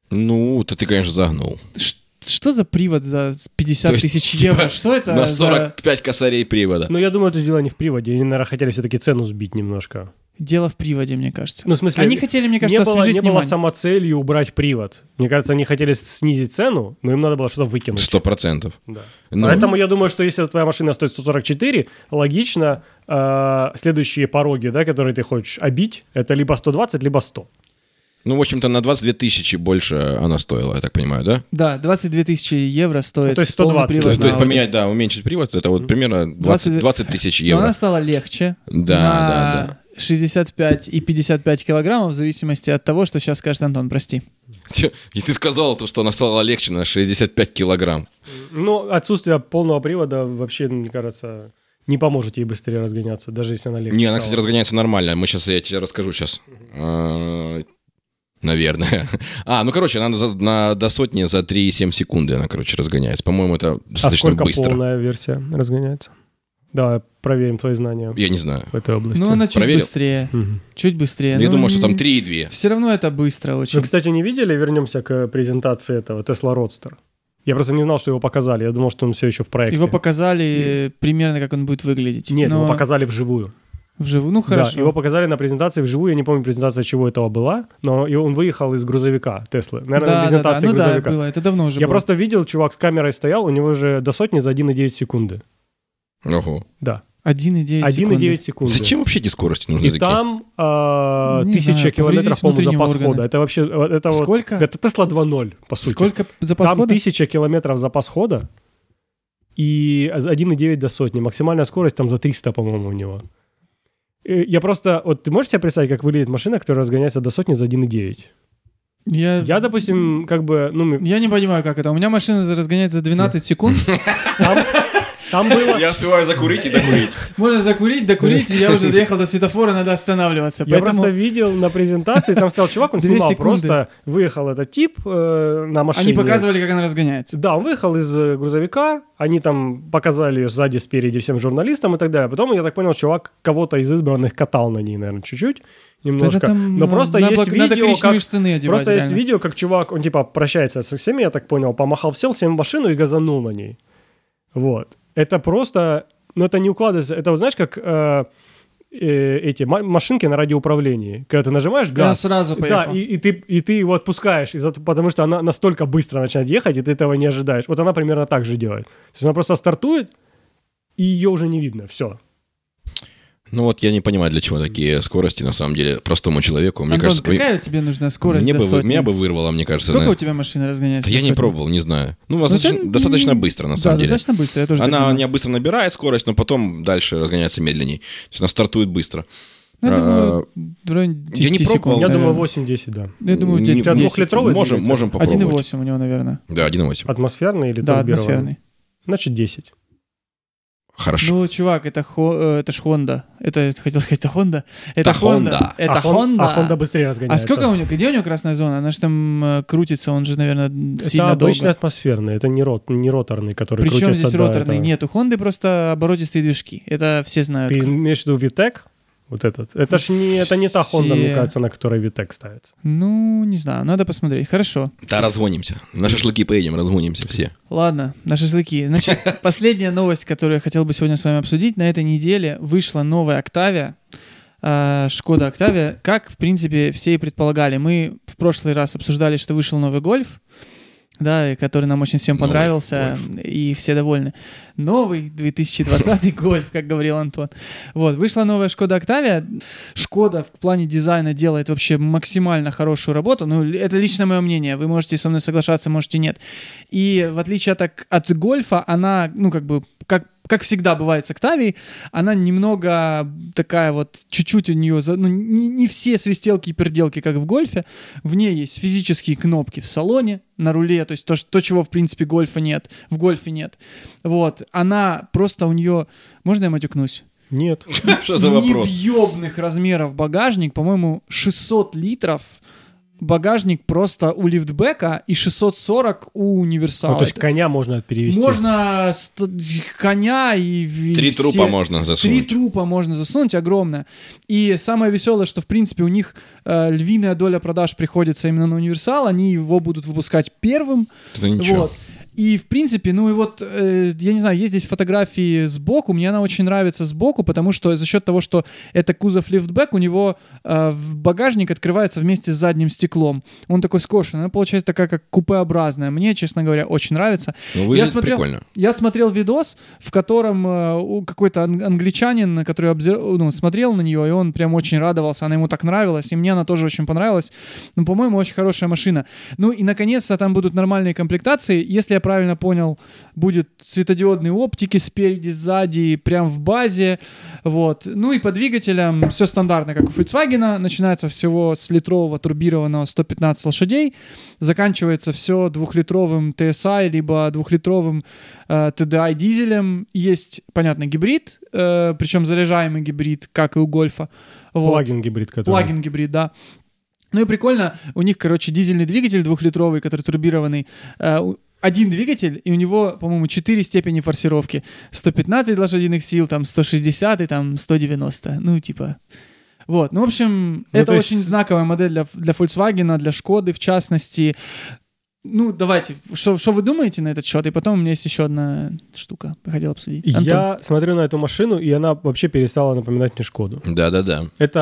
Speaker 2: Ну, то ты, конечно, загнул.
Speaker 1: Ш- Что за привод за с 50
Speaker 2: То есть,
Speaker 1: тысяч
Speaker 2: типа,
Speaker 1: евро? Что это?
Speaker 2: На
Speaker 1: за-
Speaker 2: 45 косарей привода.
Speaker 3: Но я думаю, это дело не в приводе. Они, наверное, хотели все-таки цену сбить немножко.
Speaker 1: Дело в приводе, мне кажется.
Speaker 3: Ну, в смысле...
Speaker 1: Они хотели, мне кажется,
Speaker 3: не было,
Speaker 1: освежить
Speaker 3: не было
Speaker 1: внимание.
Speaker 3: самоцелью убрать привод. Мне кажется, они хотели снизить цену, но им надо было что-то выкинуть.
Speaker 2: Сто процентов.
Speaker 3: Да.
Speaker 2: Ну.
Speaker 3: Поэтому я думаю, что если твоя машина стоит 144, логично э, следующие пороги, да, которые ты хочешь обить, это либо 120, либо 100.
Speaker 2: Ну, в общем-то, на 22 тысячи больше она стоила, я так понимаю, да?
Speaker 1: Да, 22 тысячи евро стоит.
Speaker 3: Ну, то есть
Speaker 1: полный
Speaker 3: 120.
Speaker 1: привод
Speaker 2: То есть, то есть
Speaker 1: на Audi.
Speaker 2: поменять, да, уменьшить привод, это вот примерно 20 20 тысяч
Speaker 1: Но она
Speaker 2: евро.
Speaker 1: стала легче.
Speaker 2: Да,
Speaker 1: на
Speaker 2: да, да.
Speaker 1: 65 и 55 килограммов, в зависимости от того, что сейчас скажет Антон, прости.
Speaker 2: Тё, И ты сказал, то, что она стала легче на 65 килограмм.
Speaker 3: Ну, отсутствие полного привода вообще, мне кажется, не поможет ей быстрее разгоняться, даже если она легче
Speaker 2: Не, она,
Speaker 3: стала.
Speaker 2: кстати, разгоняется нормально. Мы сейчас, я тебе расскажу сейчас. Наверное. А, ну, короче, она за- на, до сотни за 3,7 секунды она, короче, разгоняется. По-моему, это
Speaker 3: А
Speaker 2: достаточно
Speaker 3: сколько
Speaker 2: быстро.
Speaker 3: полная версия разгоняется? Давай проверим твои знания
Speaker 2: Я не знаю.
Speaker 3: в этой области.
Speaker 1: Ну, она чуть
Speaker 2: Проверил?
Speaker 1: быстрее.
Speaker 3: Мгм.
Speaker 1: Чуть быстрее.
Speaker 2: Я думаю, что там 3,2.
Speaker 1: Все равно это быстро очень.
Speaker 3: Вы, Ну, кстати, не видели, вернемся к презентации этого Tesla Roadster? Я просто не знал, что его показали. Я думал, что он все еще в проекте.
Speaker 1: Его показали примерно, как он будет выглядеть.
Speaker 3: Нет,
Speaker 1: но
Speaker 3: его показали вживую.
Speaker 1: Вживую. Ну,
Speaker 3: Да,
Speaker 1: хорошо.
Speaker 3: его показали на презентации вживую. Я не помню, презентация чего этого была, но и он выехал из грузовика Теслы. Наверное,
Speaker 1: да, да, да.
Speaker 3: презентация
Speaker 1: Ну да,
Speaker 3: грузовика.
Speaker 1: было. Это давно уже
Speaker 3: Я
Speaker 1: было.
Speaker 3: просто видел, чувак с камерой стоял, у него же до сотни за 1,9 секунды.
Speaker 2: Ого.
Speaker 3: Да,
Speaker 1: 1,9
Speaker 3: 1,9
Speaker 1: секунды.
Speaker 3: секунды.
Speaker 2: Зачем вообще эти скорости нужны
Speaker 3: И
Speaker 2: такие?
Speaker 3: там а,
Speaker 1: Не
Speaker 3: тысяча
Speaker 1: знаю,
Speaker 3: километров,
Speaker 1: поглядите
Speaker 3: по-моему,
Speaker 1: внутреннего
Speaker 3: запас
Speaker 1: органа.
Speaker 3: хода. Это вообще... вот Это вот-
Speaker 1: Сколько?
Speaker 3: это Тесла 2.0, по сути.
Speaker 1: Сколько запас
Speaker 3: Там
Speaker 1: хода?
Speaker 3: тысяча километров запас хода и 1,9 до сотни. Максимальная скорость там за 300, по-моему, у него. Э, Я просто... Вот ты можешь себе представить, как выглядит машина, которая разгоняется до сотни за 1,9?
Speaker 1: Я...
Speaker 3: Я, допустим, как бы... Ну, мы-
Speaker 1: Я не понимаю, как это. У меня машина за- разгоняется за 12 секунд.
Speaker 3: там, там было...
Speaker 2: Я успеваю закурить и докурить.
Speaker 1: Можно закурить, докурить, и я уже доехал до светофора, надо останавливаться.
Speaker 3: Я
Speaker 1: Поэтому
Speaker 3: просто видел на презентации, там стоял чувак, он
Speaker 1: Две
Speaker 3: снимал
Speaker 1: секунды.
Speaker 3: просто, выехал этот тип э, на машине.
Speaker 1: они показывали, как она разгоняется.
Speaker 3: Да, он выехал из э, грузовика, они там показали ее сзади, спереди всем журналистам и так далее. Потом, я так понял, чувак кого-то из избранных катал на ней, наверное, чуть-чуть, немножко.
Speaker 1: Это там,
Speaker 3: Но
Speaker 1: ну,
Speaker 3: просто
Speaker 1: на
Speaker 3: есть
Speaker 1: бок- надо
Speaker 3: видео,
Speaker 1: коричневые
Speaker 3: как...
Speaker 1: штаны одевать.
Speaker 3: Просто есть
Speaker 1: реально.
Speaker 3: видео, как чувак, он типа прощается со всеми, я так понял, помахал, сел всем в машину и газанул на ней. Вот. Это просто... Ну, это не укладывается. Это, вот знаешь, как э, э, эти ма- машинки на радиоуправлении. Когда ты нажимаешь
Speaker 1: Я
Speaker 3: газ,
Speaker 1: сразу
Speaker 3: да,
Speaker 1: поехал.
Speaker 3: и, и ты, и ты его отпускаешь, из-за т- потому что она настолько быстро начинает ехать, и ты этого не ожидаешь. Вот она примерно так же делает. То есть она просто стартует, и ее уже не видно. Все.
Speaker 2: Ну вот я не понимаю, для чего такие скорости, на самом деле, простому человеку. Мне
Speaker 1: Антон,
Speaker 2: кажется, вы-
Speaker 1: какая тебе нужна скорость
Speaker 2: мне
Speaker 1: до
Speaker 2: бы, вы-
Speaker 1: сотни?
Speaker 2: меня бы вырвало, мне кажется.
Speaker 1: Сколько
Speaker 2: на-
Speaker 1: у тебя машина разгоняется?
Speaker 2: Да
Speaker 1: до
Speaker 2: я не
Speaker 1: сотни?
Speaker 2: пробовал, не знаю. Ну,
Speaker 1: Ну,
Speaker 2: достаточно,
Speaker 1: это, м,
Speaker 2: достаточно быстро, на самом
Speaker 1: да, ну
Speaker 2: деле.
Speaker 1: достаточно быстро, я тоже так
Speaker 2: Она
Speaker 1: думаю.
Speaker 2: у меня быстро набирает скорость, но потом дальше разгоняется медленней. То есть она стартует быстро.
Speaker 1: Ну, я
Speaker 2: А,
Speaker 1: думаю, в районе 10
Speaker 2: я не
Speaker 1: секунд.
Speaker 2: пробовал.
Speaker 3: Я думаю,
Speaker 1: наверное.
Speaker 3: 8-10, да.
Speaker 1: Я думаю,
Speaker 2: Не-
Speaker 1: где-то
Speaker 2: не-
Speaker 3: тебя
Speaker 1: 10.
Speaker 3: двухлитровый
Speaker 2: Можем,
Speaker 3: двигатель?
Speaker 2: можем попробовать.
Speaker 1: 1,8 у него, наверное.
Speaker 2: Да, 1,8.
Speaker 3: Атмосферный или
Speaker 1: Да,
Speaker 3: турбированный?
Speaker 1: атмосферный.
Speaker 3: Значит, 10.
Speaker 2: Хорошо.
Speaker 1: Ну, чувак, это, хо, э, это ж Honda. Это, хотел сказать, это Honda. Это
Speaker 2: Та Honda.
Speaker 1: Это
Speaker 3: а Хон-
Speaker 1: Honda.
Speaker 3: А Honda быстрее
Speaker 1: А
Speaker 3: разгоняется.
Speaker 1: сколько у него, где у него красная зона? Она же там э, крутится, он же, наверное,
Speaker 3: Это
Speaker 1: сильно
Speaker 3: обычно
Speaker 1: долго.
Speaker 3: атмосферный, это не, рот, не роторный, который
Speaker 1: Причем
Speaker 3: крутится
Speaker 1: здесь
Speaker 3: до
Speaker 1: роторный?
Speaker 3: этого.
Speaker 1: Нет, у Honda просто оборотистые движки. Это все знают.
Speaker 3: Ты имеешь в виду Витек? Вот этот. Это ж не, это не та Honda, мне
Speaker 1: Все.
Speaker 3: кажется, на которой Витек ставится.
Speaker 1: Ну, не знаю, надо посмотреть. Хорошо.
Speaker 2: Да, разгонимся. На шашлыки поедем, разгонимся все.
Speaker 1: Ладно, на шашлыки. Значит, последняя новость, которую я хотел бы сегодня с вами обсудить. На этой неделе вышла новая «Октавия», э, Шкода Октавия, как, в принципе, все и предполагали. Мы в прошлый раз обсуждали, что вышел новый гольф, да, и который нам очень всем
Speaker 2: Новый
Speaker 1: понравился, и все довольны. Новый 2020 гольф, как говорил Антон. Вот, вышла новая Шкода Октавия. Шкода в плане дизайна делает вообще максимально хорошую работу. Ну, л- это лично мое мнение. Вы можете со мной соглашаться, можете нет. И в отличие так от гольфа, она, ну, как бы, как, как всегда бывает с Октавией, она немного такая вот, чуть-чуть у нее, за- ну, не, не все свистелки и перделки, как в гольфе. В ней есть физические кнопки в салоне, на руле, то есть то, ш- то чего, в принципе, гольфа нет, в гольфе нет. Вот, она просто у нее... Можно я матюкнусь?
Speaker 3: Нет.
Speaker 1: Ну,
Speaker 2: Что за вопрос?
Speaker 1: Невъебных размеров багажник, по-моему, 600 литров багажник просто у лифтбека и 640 у универсала.
Speaker 3: Ну, то есть
Speaker 1: Это-
Speaker 3: коня можно перевести.
Speaker 1: можно ст- коня и... в-
Speaker 2: Три
Speaker 1: все-
Speaker 2: трупа можно
Speaker 1: Три
Speaker 2: засунуть.
Speaker 1: трупа можно засунуть, огромное. И самое веселое, что, в принципе, у них э, львиная доля продаж приходится именно на универсал. Они его будут выпускать первым.
Speaker 2: Это ничего.
Speaker 1: Вот. И, в принципе, ну и вот, э, я не знаю, есть здесь фотографии сбоку, мне она очень нравится сбоку, потому что за счет того, что это кузов лифтбэк, у него э, в багажник открывается вместе с задним стеклом. Он такой скошен, она получается такая как купеобразная. Мне, честно говоря, очень нравится.
Speaker 2: Ну, выглядит
Speaker 1: смотрел-
Speaker 2: прикольно.
Speaker 1: Я смотрел видос, в котором э, у- какой-то ан- англичанин, который обзе- ну, смотрел на нее, и он прям очень радовался, она ему так нравилась, и мне она тоже очень понравилась. Ну, по-моему, очень хорошая машина. Ну и, наконец-то, там будут нормальные комплектации. Если я правильно понял, будет светодиодные оптики спереди, сзади, прям в базе. Вот. Ну и по двигателям все стандартно, как у Volkswagen. Начинается всего с литрового турбированного 115 лошадей. Заканчивается все двухлитровым TSI, либо двухлитровым э, TDI дизелем. Есть, понятно, гибрид, э, причем заряжаемый гибрид, как и у Гольфа. Вот.
Speaker 3: Плагин гибрид, который.
Speaker 1: Плагин гибрид, да. Ну и прикольно, у них, короче, дизельный двигатель двухлитровый, который турбированный. э, у- Один двигатель, и у него, по-моему, 4 степени форсировки. 115 лошадиных сил, там 160 и там 190. Ну, типа... Вот, ну, в общем,
Speaker 3: Ну,
Speaker 1: это
Speaker 3: то есть-
Speaker 1: очень знаковая модель для, для Volkswagen, для Шкоды, в частности. Ну, давайте, что что вы думаете на этот счет? И потом у меня есть еще одна штука, я хотел обсудить. Антон,
Speaker 3: Я смотрю на эту машину, и она вообще перестала напоминать мне Шкоду.
Speaker 2: Да-да-да.
Speaker 3: Это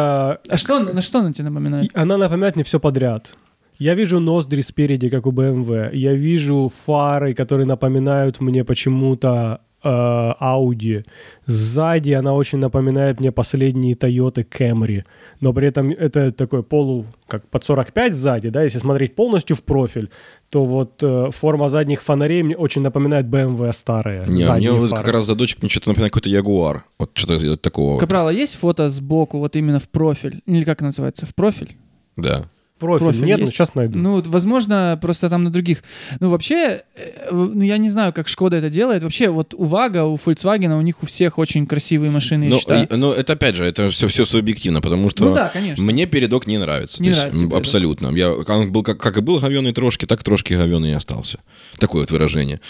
Speaker 1: а что, на что она тебе напоминает?
Speaker 3: И Она напоминает мне все подряд. Я вижу ноздри спереди, как у BMW. Я вижу фары, которые напоминают мне почему-то э, Audi. Сзади она очень напоминает мне последние Toyota Camry. Но при этом это такой полу, как под 45 сзади, да, если смотреть полностью в профиль, то вот э, форма задних фонарей мне очень напоминает BMW старые.
Speaker 2: Не,
Speaker 3: задние
Speaker 2: мне вот
Speaker 3: фары.
Speaker 2: как раз задочек мне что-то напоминает какой-то Ягуар. Вот что-то такого. вот.
Speaker 1: Капрала, а есть фото сбоку, вот именно в профиль? Или как называется? В профиль?
Speaker 2: Да.
Speaker 3: Профиль,
Speaker 1: профиль
Speaker 3: нет, но
Speaker 1: есть?
Speaker 3: сейчас найду.
Speaker 1: Ну, вот, возможно, просто там на других. Ну, вообще, э, ну, я не знаю, как Шкода это делает. Вообще, вот у Вага, у Volkswagen, у них у всех очень красивые машины, я
Speaker 2: Но,
Speaker 1: считаю.
Speaker 2: Ну, и- э, но это опять же, это все, все субъективно, потому что
Speaker 1: Ну да, конечно.
Speaker 2: мне передок не нравится.
Speaker 1: Не
Speaker 2: То есть,
Speaker 1: нравится
Speaker 2: м,
Speaker 1: передок.
Speaker 2: абсолютно. Я, он был как, как и был говеный трошки, так трошки говеный и остался. Такое вот выражение.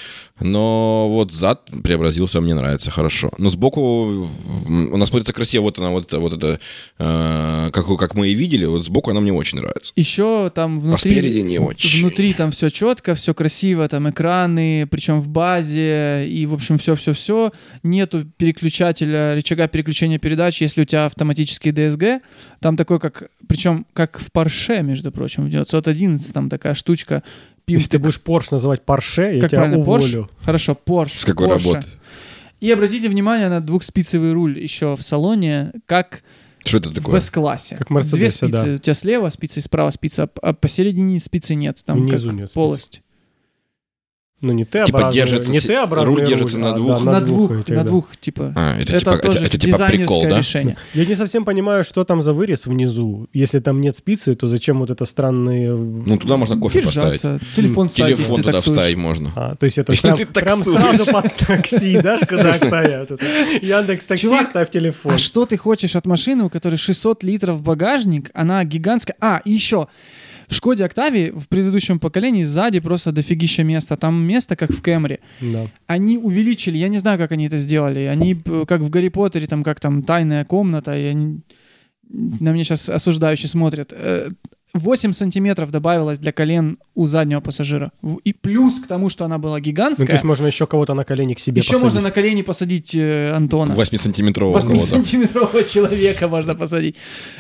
Speaker 2: Но вот зад преобразился, мне нравится, хорошо. Но сбоку м, у нас смотрится красиво, вот она, вот это, вот это э, как, как мы и видели, вот сбоку она мне очень нравится.
Speaker 1: Еще там внутри...
Speaker 2: А спереди не очень.
Speaker 1: Внутри там все четко, все красиво, там экраны, причем в базе, и, в общем, все-все-все. Нету переключателя, рычага переключения передач, если у тебя автоматический DSG. Там такой, как... Причем, как в Porsche, между прочим, в 911, там такая штучка. Пим,
Speaker 3: Если ты будешь Porsche называть Porsche, я
Speaker 1: как
Speaker 3: тебя
Speaker 1: правильно, Porsche?
Speaker 3: уволю.
Speaker 1: Хорошо, Porsche.
Speaker 2: С какой
Speaker 1: Porsche.
Speaker 2: работы?
Speaker 1: И обратите внимание на двухспицевый руль еще в салоне, как
Speaker 2: Что это такое?
Speaker 1: в С-классе.
Speaker 3: Как в Мерседесе,
Speaker 1: Две спицы.
Speaker 3: да.
Speaker 1: У тебя слева спица и справа спица, а- а посередине спицы нет. Там
Speaker 3: Внизу
Speaker 1: как
Speaker 3: нет спицы.
Speaker 1: полость.
Speaker 3: Ну, не Т-образный,
Speaker 2: Типа держится
Speaker 3: не
Speaker 2: с-
Speaker 3: Т-образный
Speaker 2: руль держится на
Speaker 3: а,
Speaker 2: двух.
Speaker 3: да,
Speaker 1: на, двух,
Speaker 3: этих,
Speaker 1: на
Speaker 3: да.
Speaker 1: двух, типа.
Speaker 2: А, это,
Speaker 1: Это,
Speaker 2: типа, это-
Speaker 1: тоже
Speaker 2: это типа
Speaker 1: дизайнерское
Speaker 2: прикол, да?
Speaker 1: решение.
Speaker 3: Я не совсем понимаю, что там за вырез внизу. Если там нет спицы, то зачем вот это странные...
Speaker 2: Ну, туда можно кофе поставить.
Speaker 1: Держаться, телефон вставить, если
Speaker 2: Телефон
Speaker 1: ты
Speaker 2: туда
Speaker 1: таксуешь.
Speaker 2: вставить можно.
Speaker 3: А, то есть это
Speaker 2: Если
Speaker 3: прям,
Speaker 2: ты
Speaker 3: прям
Speaker 2: таксуешь.
Speaker 3: сразу под такси, да, когда Октавия? вот это. Яндекс такси,
Speaker 1: Чувак,
Speaker 3: ставь телефон.
Speaker 1: А что ты хочешь от машины, у которой 600 литров багажник? Она гигантская. А, и еще. В Шкоде Октавии в предыдущем поколении сзади просто дофигища места. Там место, как в Кэмри.
Speaker 3: Да.
Speaker 1: Они увеличили, я не знаю, как они это сделали. Они б, как в Гарри Поттере, там как там тайная комната. Я не- На меня сейчас осуждающие смотрят. Э, 8 сантиметров добавилось для колен у заднего пассажира. В- И плюс к тому, что она была
Speaker 3: Ну, то
Speaker 1: гигантская,
Speaker 3: есть можно еще кого-то на колени к себе
Speaker 1: еще
Speaker 3: посадить. Ну,
Speaker 1: можно на колени посадить э, Антона.
Speaker 2: 8-сантиметрового
Speaker 1: 8-сантиметрового человека можно посадить.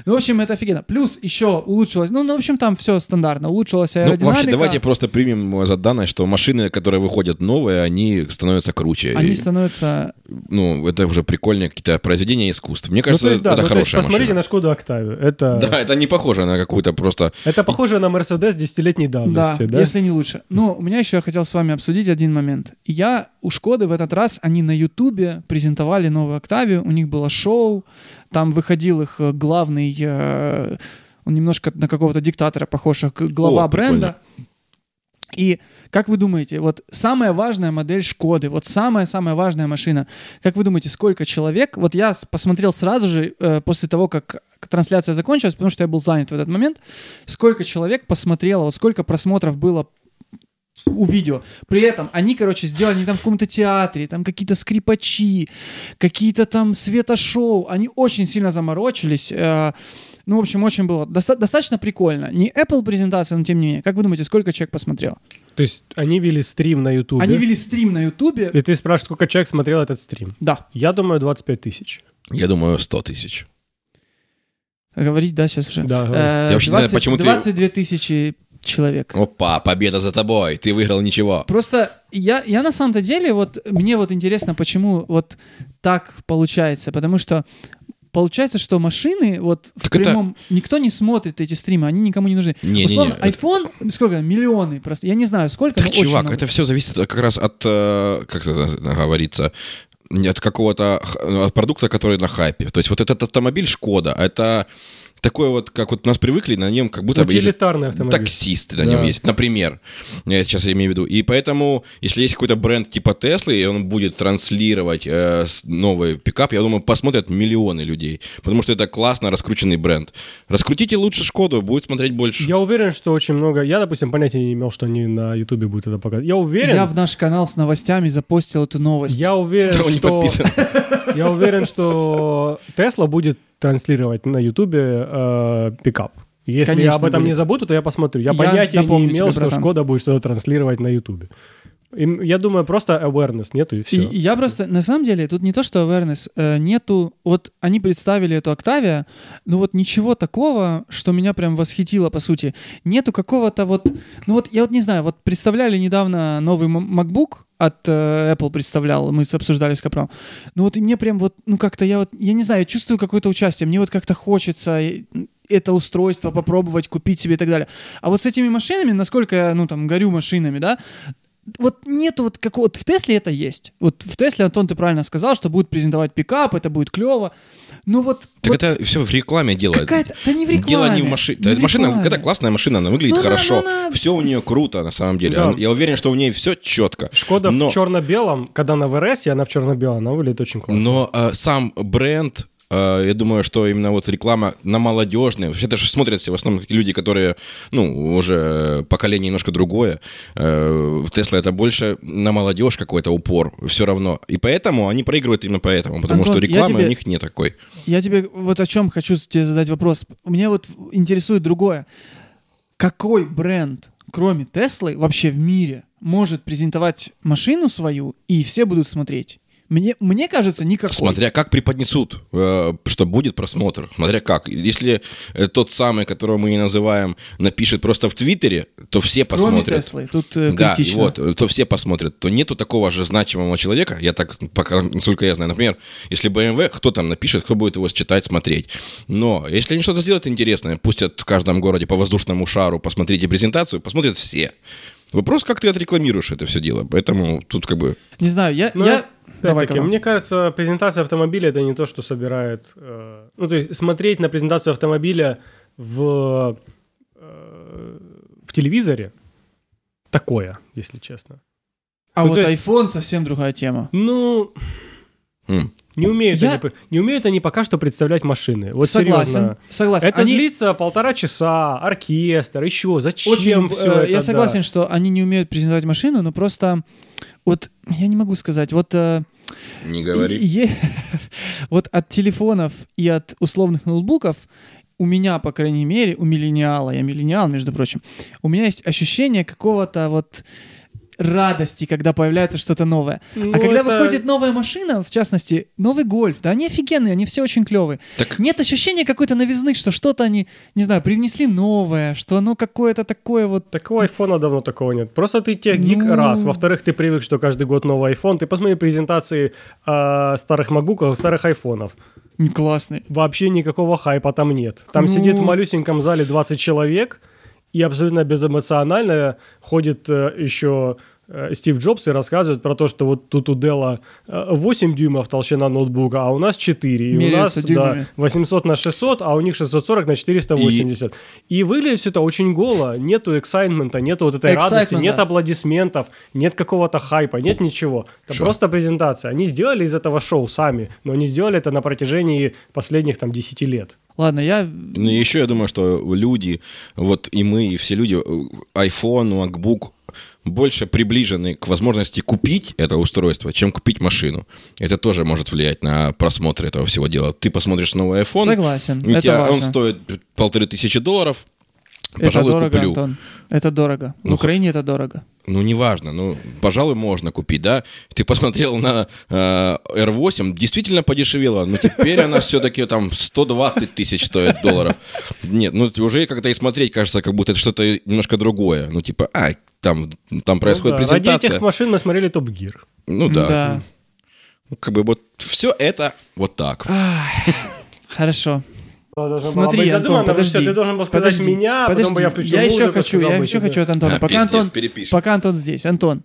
Speaker 1: Ну, в общем, это офигенно. Плюс еще улучшилось, ну, ну, в общем, там все стандартно. Улучшилась
Speaker 3: Э,
Speaker 2: Ну,
Speaker 1: аэродинамика.
Speaker 2: вообще, давайте просто примем э, за данное, что машины, которые выходят новые, они становятся круче. И,
Speaker 1: Они становятся...
Speaker 2: Ну, это уже прикольные какие-то произведения искусства. Мне
Speaker 3: Ну,
Speaker 2: кажется,
Speaker 3: то есть, да,
Speaker 2: это
Speaker 3: ну, то есть
Speaker 2: хорошая
Speaker 3: посмотрите
Speaker 2: машина.
Speaker 3: на Шкоду Октавию. Это,
Speaker 2: Да, это не похоже на какую-то просто...
Speaker 3: это похоже на Мерседес десятилетней
Speaker 1: Да,
Speaker 3: давности, да?
Speaker 1: если не лучше. Но у меня еще я хотел с вами обсудить один момент. Я у Шкоды в этот раз, они на Ютубе презентовали новую Октавию, у них было шоу, там выходил их э, главный, э, он немножко на какого-то диктатора похож, э, глава
Speaker 2: О, прикольно.
Speaker 1: бренда. И как вы думаете, вот самая важная модель Шкоды, вот самая-самая важная машина, как вы думаете, сколько человек? Вот я с- посмотрел сразу же э, после того, как трансляция закончилась, потому что я был занят в этот момент, сколько человек посмотрело, вот сколько просмотров было у видео. При этом они, короче, сделали, они там в каком-то театре, там какие-то скрипачи, какие-то там светошоу. Они очень сильно заморочились. э, ну, в общем, очень было доста- достаточно прикольно. Не Apple презентация, но тем не менее. Как вы думаете, сколько человек посмотрел?
Speaker 3: То есть они вели стрим на Ютубе.
Speaker 1: Они вели стрим на Ютубе.
Speaker 3: И ты спрашиваешь, сколько человек смотрел этот стрим?
Speaker 1: Да.
Speaker 3: Я думаю, 25 тысяч.
Speaker 2: Я думаю, 100 тысяч.
Speaker 1: Говорить, да, сейчас уже.
Speaker 3: Да, говори.
Speaker 1: Э,
Speaker 2: Я вообще не знаю,
Speaker 1: 20
Speaker 2: почему ты-
Speaker 1: 22 тысячи человек.
Speaker 2: Опа, победа за тобой, ты выиграл ничего.
Speaker 1: Просто я, я на самом-то деле, вот мне вот интересно, почему вот так получается, потому что получается, что машины, вот в
Speaker 2: Так это-
Speaker 1: прямом, никто не смотрит эти стримы, они никому не нужны.
Speaker 2: Не-не-не,
Speaker 1: Условно,
Speaker 2: это-
Speaker 1: iPhone, сколько, миллионы просто, я не знаю, сколько,
Speaker 2: Так,
Speaker 1: но очень
Speaker 2: чувак,
Speaker 1: много.
Speaker 2: это все зависит как раз от, э, как это говорится, не от какого-то х- ну, от продукта, который на хайпе. То есть вот этот автомобиль Шкода, это такой вот, как вот нас привыкли, на нем как
Speaker 3: Ну,
Speaker 2: будто бы ездят
Speaker 3: Утилитарный автомобиль.
Speaker 2: таксисты на нем
Speaker 3: Да.
Speaker 2: есть, например. Я сейчас имею в виду. И поэтому, если есть какой-то бренд типа Теслы, и он будет транслировать э, с- новый пикап, я думаю, посмотрят миллионы людей. Потому что это классно раскрученный бренд. Раскрутите лучше Шкоду, будет смотреть больше.
Speaker 3: Я уверен, что очень много... Я, допустим, понятия не имел, что они на Ютубе будут это показывать. Я уверен...
Speaker 1: Я в наш канал с новостями запостил эту новость.
Speaker 3: Я уверен,
Speaker 2: Да, он не
Speaker 3: что...
Speaker 2: подписан.
Speaker 3: Я уверен, что Тесла будет транслировать на Ютубе э, пикап. Если
Speaker 1: Конечно,
Speaker 3: я об этом
Speaker 1: будет.
Speaker 3: не забуду, то я посмотрю. Я,
Speaker 1: Я
Speaker 3: понятия не
Speaker 1: напомню
Speaker 3: имел,
Speaker 1: тебе,
Speaker 3: что
Speaker 1: братан.
Speaker 3: Шкода будет что-то транслировать на Ютубе. Им- Я думаю, просто awareness нету и все.
Speaker 1: И- и я просто, на самом деле, тут не то, что awareness, э, нету, вот они представили эту Октавия, но вот ничего такого, что меня прям восхитило, по сути. Нету какого-то вот, ну вот, я вот не знаю, вот представляли недавно новый м- MacBook, от э, Apple представлял, мы с- обсуждали с Капром. Ну вот и мне прям вот, ну как-то я вот, я не знаю, я чувствую какое-то участие, мне вот как-то хочется э, это устройство попробовать купить себе и так далее. А вот с этими машинами, насколько я, ну там, горю машинами, да, вот нету вот какого... Вот в Тесле это есть. Вот в Тесле, Антон, ты правильно сказал, что будут презентовать пикап, это будет клево. Но вот...
Speaker 2: Так
Speaker 1: вот
Speaker 2: это все в рекламе делает.
Speaker 1: какая-то... Да не в рекламе.
Speaker 2: Дело не в машине.
Speaker 1: не в
Speaker 2: Машина,
Speaker 1: рекламе.
Speaker 2: это классная машина, она выглядит
Speaker 1: Ну да,
Speaker 2: хорошо.
Speaker 1: ну да.
Speaker 2: Все у нее круто, на самом деле.
Speaker 3: Да.
Speaker 2: Она- Я уверен, что у нее все четко.
Speaker 3: Шкода
Speaker 2: но,
Speaker 3: в черно-белом, когда она в РС, и она в черно-белом, она выглядит очень классно.
Speaker 2: Но э, сам бренд, э, я думаю, что именно вот реклама на молодежные. Вообще это же смотрят все в основном такие люди, которые, ну, уже поколение немножко другое. Э, В Тесла это больше на молодежь какой-то упор все равно. И поэтому они проигрывают именно поэтому, потому
Speaker 1: Антон,
Speaker 2: что
Speaker 1: я
Speaker 2: рекламы
Speaker 1: тебе-
Speaker 2: у них нет такой.
Speaker 1: Я тебе вот о чем хочу тебе задать вопрос. Меня вот интересует другое. Какой бренд, кроме Теслы, вообще в мире может презентовать машину свою, и все будут смотреть? Мне, мне кажется, никакой.
Speaker 2: Смотря как преподнесут, э, что будет просмотр, смотря как. Если э, тот самый, которого мы не называем, напишет просто в Твиттере, то все
Speaker 1: кроме
Speaker 2: посмотрят.
Speaker 1: Теслы. Тут э,
Speaker 2: Да, и
Speaker 1: критично.
Speaker 2: вот, э, то все посмотрят. То нету такого же значимого человека, я так, пока, насколько я знаю. Например, если BMW, кто там напишет, кто будет его читать, смотреть. Но если они что-то сделают интересное, пустят в каждом городе по воздушному шару, посмотрите презентацию, посмотрят все. Вопрос, как ты отрекламируешь это все дело. Поэтому тут как бы...
Speaker 1: Не знаю, я...
Speaker 3: Ну,
Speaker 1: я...
Speaker 3: опять-таки,
Speaker 1: Давай, Кабан.
Speaker 3: мне кажется, презентация автомобиля это не то, что собирает. э, ну, то есть смотреть на презентацию автомобиля в, э, в телевизоре такое, если честно.
Speaker 1: А
Speaker 3: Ну,
Speaker 1: вот
Speaker 3: то есть-
Speaker 1: iPhone совсем другая тема.
Speaker 3: Ну,
Speaker 2: м.
Speaker 3: не умеют,
Speaker 1: Я-
Speaker 3: они, п- не умеют они пока что представлять машины. Вот
Speaker 1: согласен,
Speaker 3: серьезно.
Speaker 1: согласен.
Speaker 3: Это
Speaker 1: Они-
Speaker 3: длится полтора часа, оркестр, еще. Зачем
Speaker 1: очень,
Speaker 3: все
Speaker 1: э,
Speaker 3: это?
Speaker 1: я
Speaker 3: да?
Speaker 1: согласен, что они не умеют презентовать машину, но просто вот я не могу сказать, вот э,
Speaker 2: Не говори.
Speaker 1: е- вот от телефонов и от условных ноутбуков у меня, по крайней мере, у миллениала, я миллениал, между прочим, у меня есть ощущение какого-то вот радости, когда появляется что-то новое.
Speaker 3: Ну,
Speaker 1: а когда
Speaker 3: это-
Speaker 1: выходит новая машина, в частности, новый гольф, да, они офигенные, они все очень клевые.
Speaker 2: Так-
Speaker 1: Нет ощущения какой-то новизны, что что-то они, не знаю, привнесли новое, что оно какое-то такое вот
Speaker 3: Такого айфона давно такого нет. Просто ты тех гик
Speaker 1: Ну.
Speaker 3: раз. Во-вторых, ты привык, что каждый год новый айфон. Ты посмотри презентации э, старых макбуков, старых айфонов.
Speaker 1: Не классный.
Speaker 3: Вообще никакого хайпа там нет. Там
Speaker 1: Ну.
Speaker 3: сидит в малюсеньком зале 20 человек, и абсолютно безэмоционально ходит э, еще э, Стив Джобс и рассказывает про то, что вот тут у Дела 8 дюймов толщина ноутбука, а у нас 4. И у нас
Speaker 1: Меряются дюймами.
Speaker 3: да, 800 на 600, а у них 640 на 480. И, выглядит все это очень голо. Нету эксайнмента, нету вот этой радости,
Speaker 1: Эксайтмента.
Speaker 3: нет аплодисментов, нет какого-то хайпа, нет ничего. Это
Speaker 2: Шо?
Speaker 3: просто презентация. Они сделали из этого шоу сами, но они сделали это на протяжении последних там 10 лет.
Speaker 1: Ладно, я...
Speaker 2: Ну, еще я думаю, что люди, вот и мы, и все люди, э, iPhone, MacBook больше приближены к возможности купить это устройство, чем купить машину. Это тоже может влиять на просмотр этого всего дела. Ты посмотришь новый iPhone,
Speaker 1: Согласен,
Speaker 2: у
Speaker 1: это
Speaker 2: тебя- а он
Speaker 1: важно.
Speaker 2: стоит полторы тысячи долларов,
Speaker 1: это
Speaker 2: пожалуй,
Speaker 1: дорого,
Speaker 2: куплю.
Speaker 1: Антон. Это дорого. В
Speaker 2: Ну,
Speaker 1: Украине это дорого.
Speaker 2: Ну, неважно, ну, пожалуй, можно купить, да? Ты посмотрел на э, R8, действительно подешевела, но теперь она все-таки там 120 тысяч стоит долларов. Нет, ну, уже как-то и смотреть кажется, как будто это что-то немножко другое. Ну, типа, а, там, там происходит
Speaker 3: Ну да, Ради этих
Speaker 2: презентация.
Speaker 3: машин мы смотрели Топ Гир. А.
Speaker 2: Ну, да. Ну, Как бы вот все это вот так.
Speaker 1: Хорошо.
Speaker 3: Была должна была
Speaker 1: Смотри,
Speaker 3: быть
Speaker 1: Антон,
Speaker 3: задумана, потому что
Speaker 1: подожди.
Speaker 3: Ты должен был сказать
Speaker 1: подожди,
Speaker 3: меня, а
Speaker 1: подожди.
Speaker 3: потом бы я включил
Speaker 1: Я еще
Speaker 3: музыку,
Speaker 1: хочу,
Speaker 3: сказал
Speaker 1: я
Speaker 3: бы
Speaker 1: еще
Speaker 3: тебе.
Speaker 1: хочу от Антона.
Speaker 2: А,
Speaker 1: пока,
Speaker 2: пиздец,
Speaker 1: Антон,
Speaker 2: перепишешь.
Speaker 1: пока Антон здесь. Антон,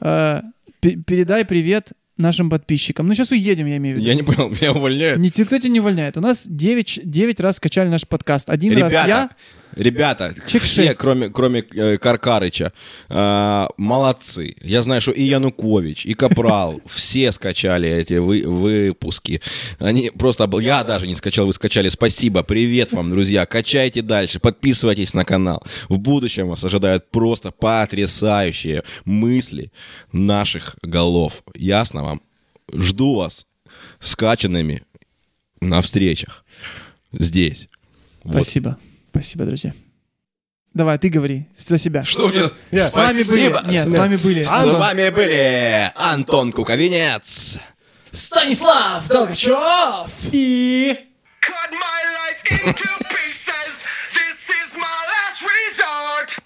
Speaker 1: э, пе- передай привет нашим подписчикам. Ну, сейчас уедем, я имею в виду.
Speaker 2: Я не понял, меня увольняют?
Speaker 1: Ни- Никто тебя не увольняет. У нас 9, 9 раз скачали наш подкаст. Один раз я.
Speaker 2: Ребята, ребята,
Speaker 1: Чек
Speaker 2: все,
Speaker 1: шесть.
Speaker 2: кроме, кроме э, Каркарыча, э, молодцы. Я знаю, что и Янукович, и Капрал, все скачали эти вы- выпуски. Они просто, обл- я даже не скачал, вы скачали. Спасибо, привет вам, друзья. Качайте дальше, подписывайтесь на канал. В будущем вас ожидают просто потрясающие мысли наших голов. Ясно вам? Жду вас скачанными на встречах здесь. Вот.
Speaker 1: Спасибо. Спасибо, друзья. Давай, ты говори за себя.
Speaker 2: Что мне?
Speaker 3: Я.
Speaker 1: С вами
Speaker 2: Спасибо.
Speaker 1: были. Нет, с вами были.
Speaker 2: С
Speaker 1: Антон.
Speaker 2: вами были Антон Куковинец.
Speaker 1: Станислав Толкачев! И...
Speaker 4: Cut my life into pieces. This is my last resort.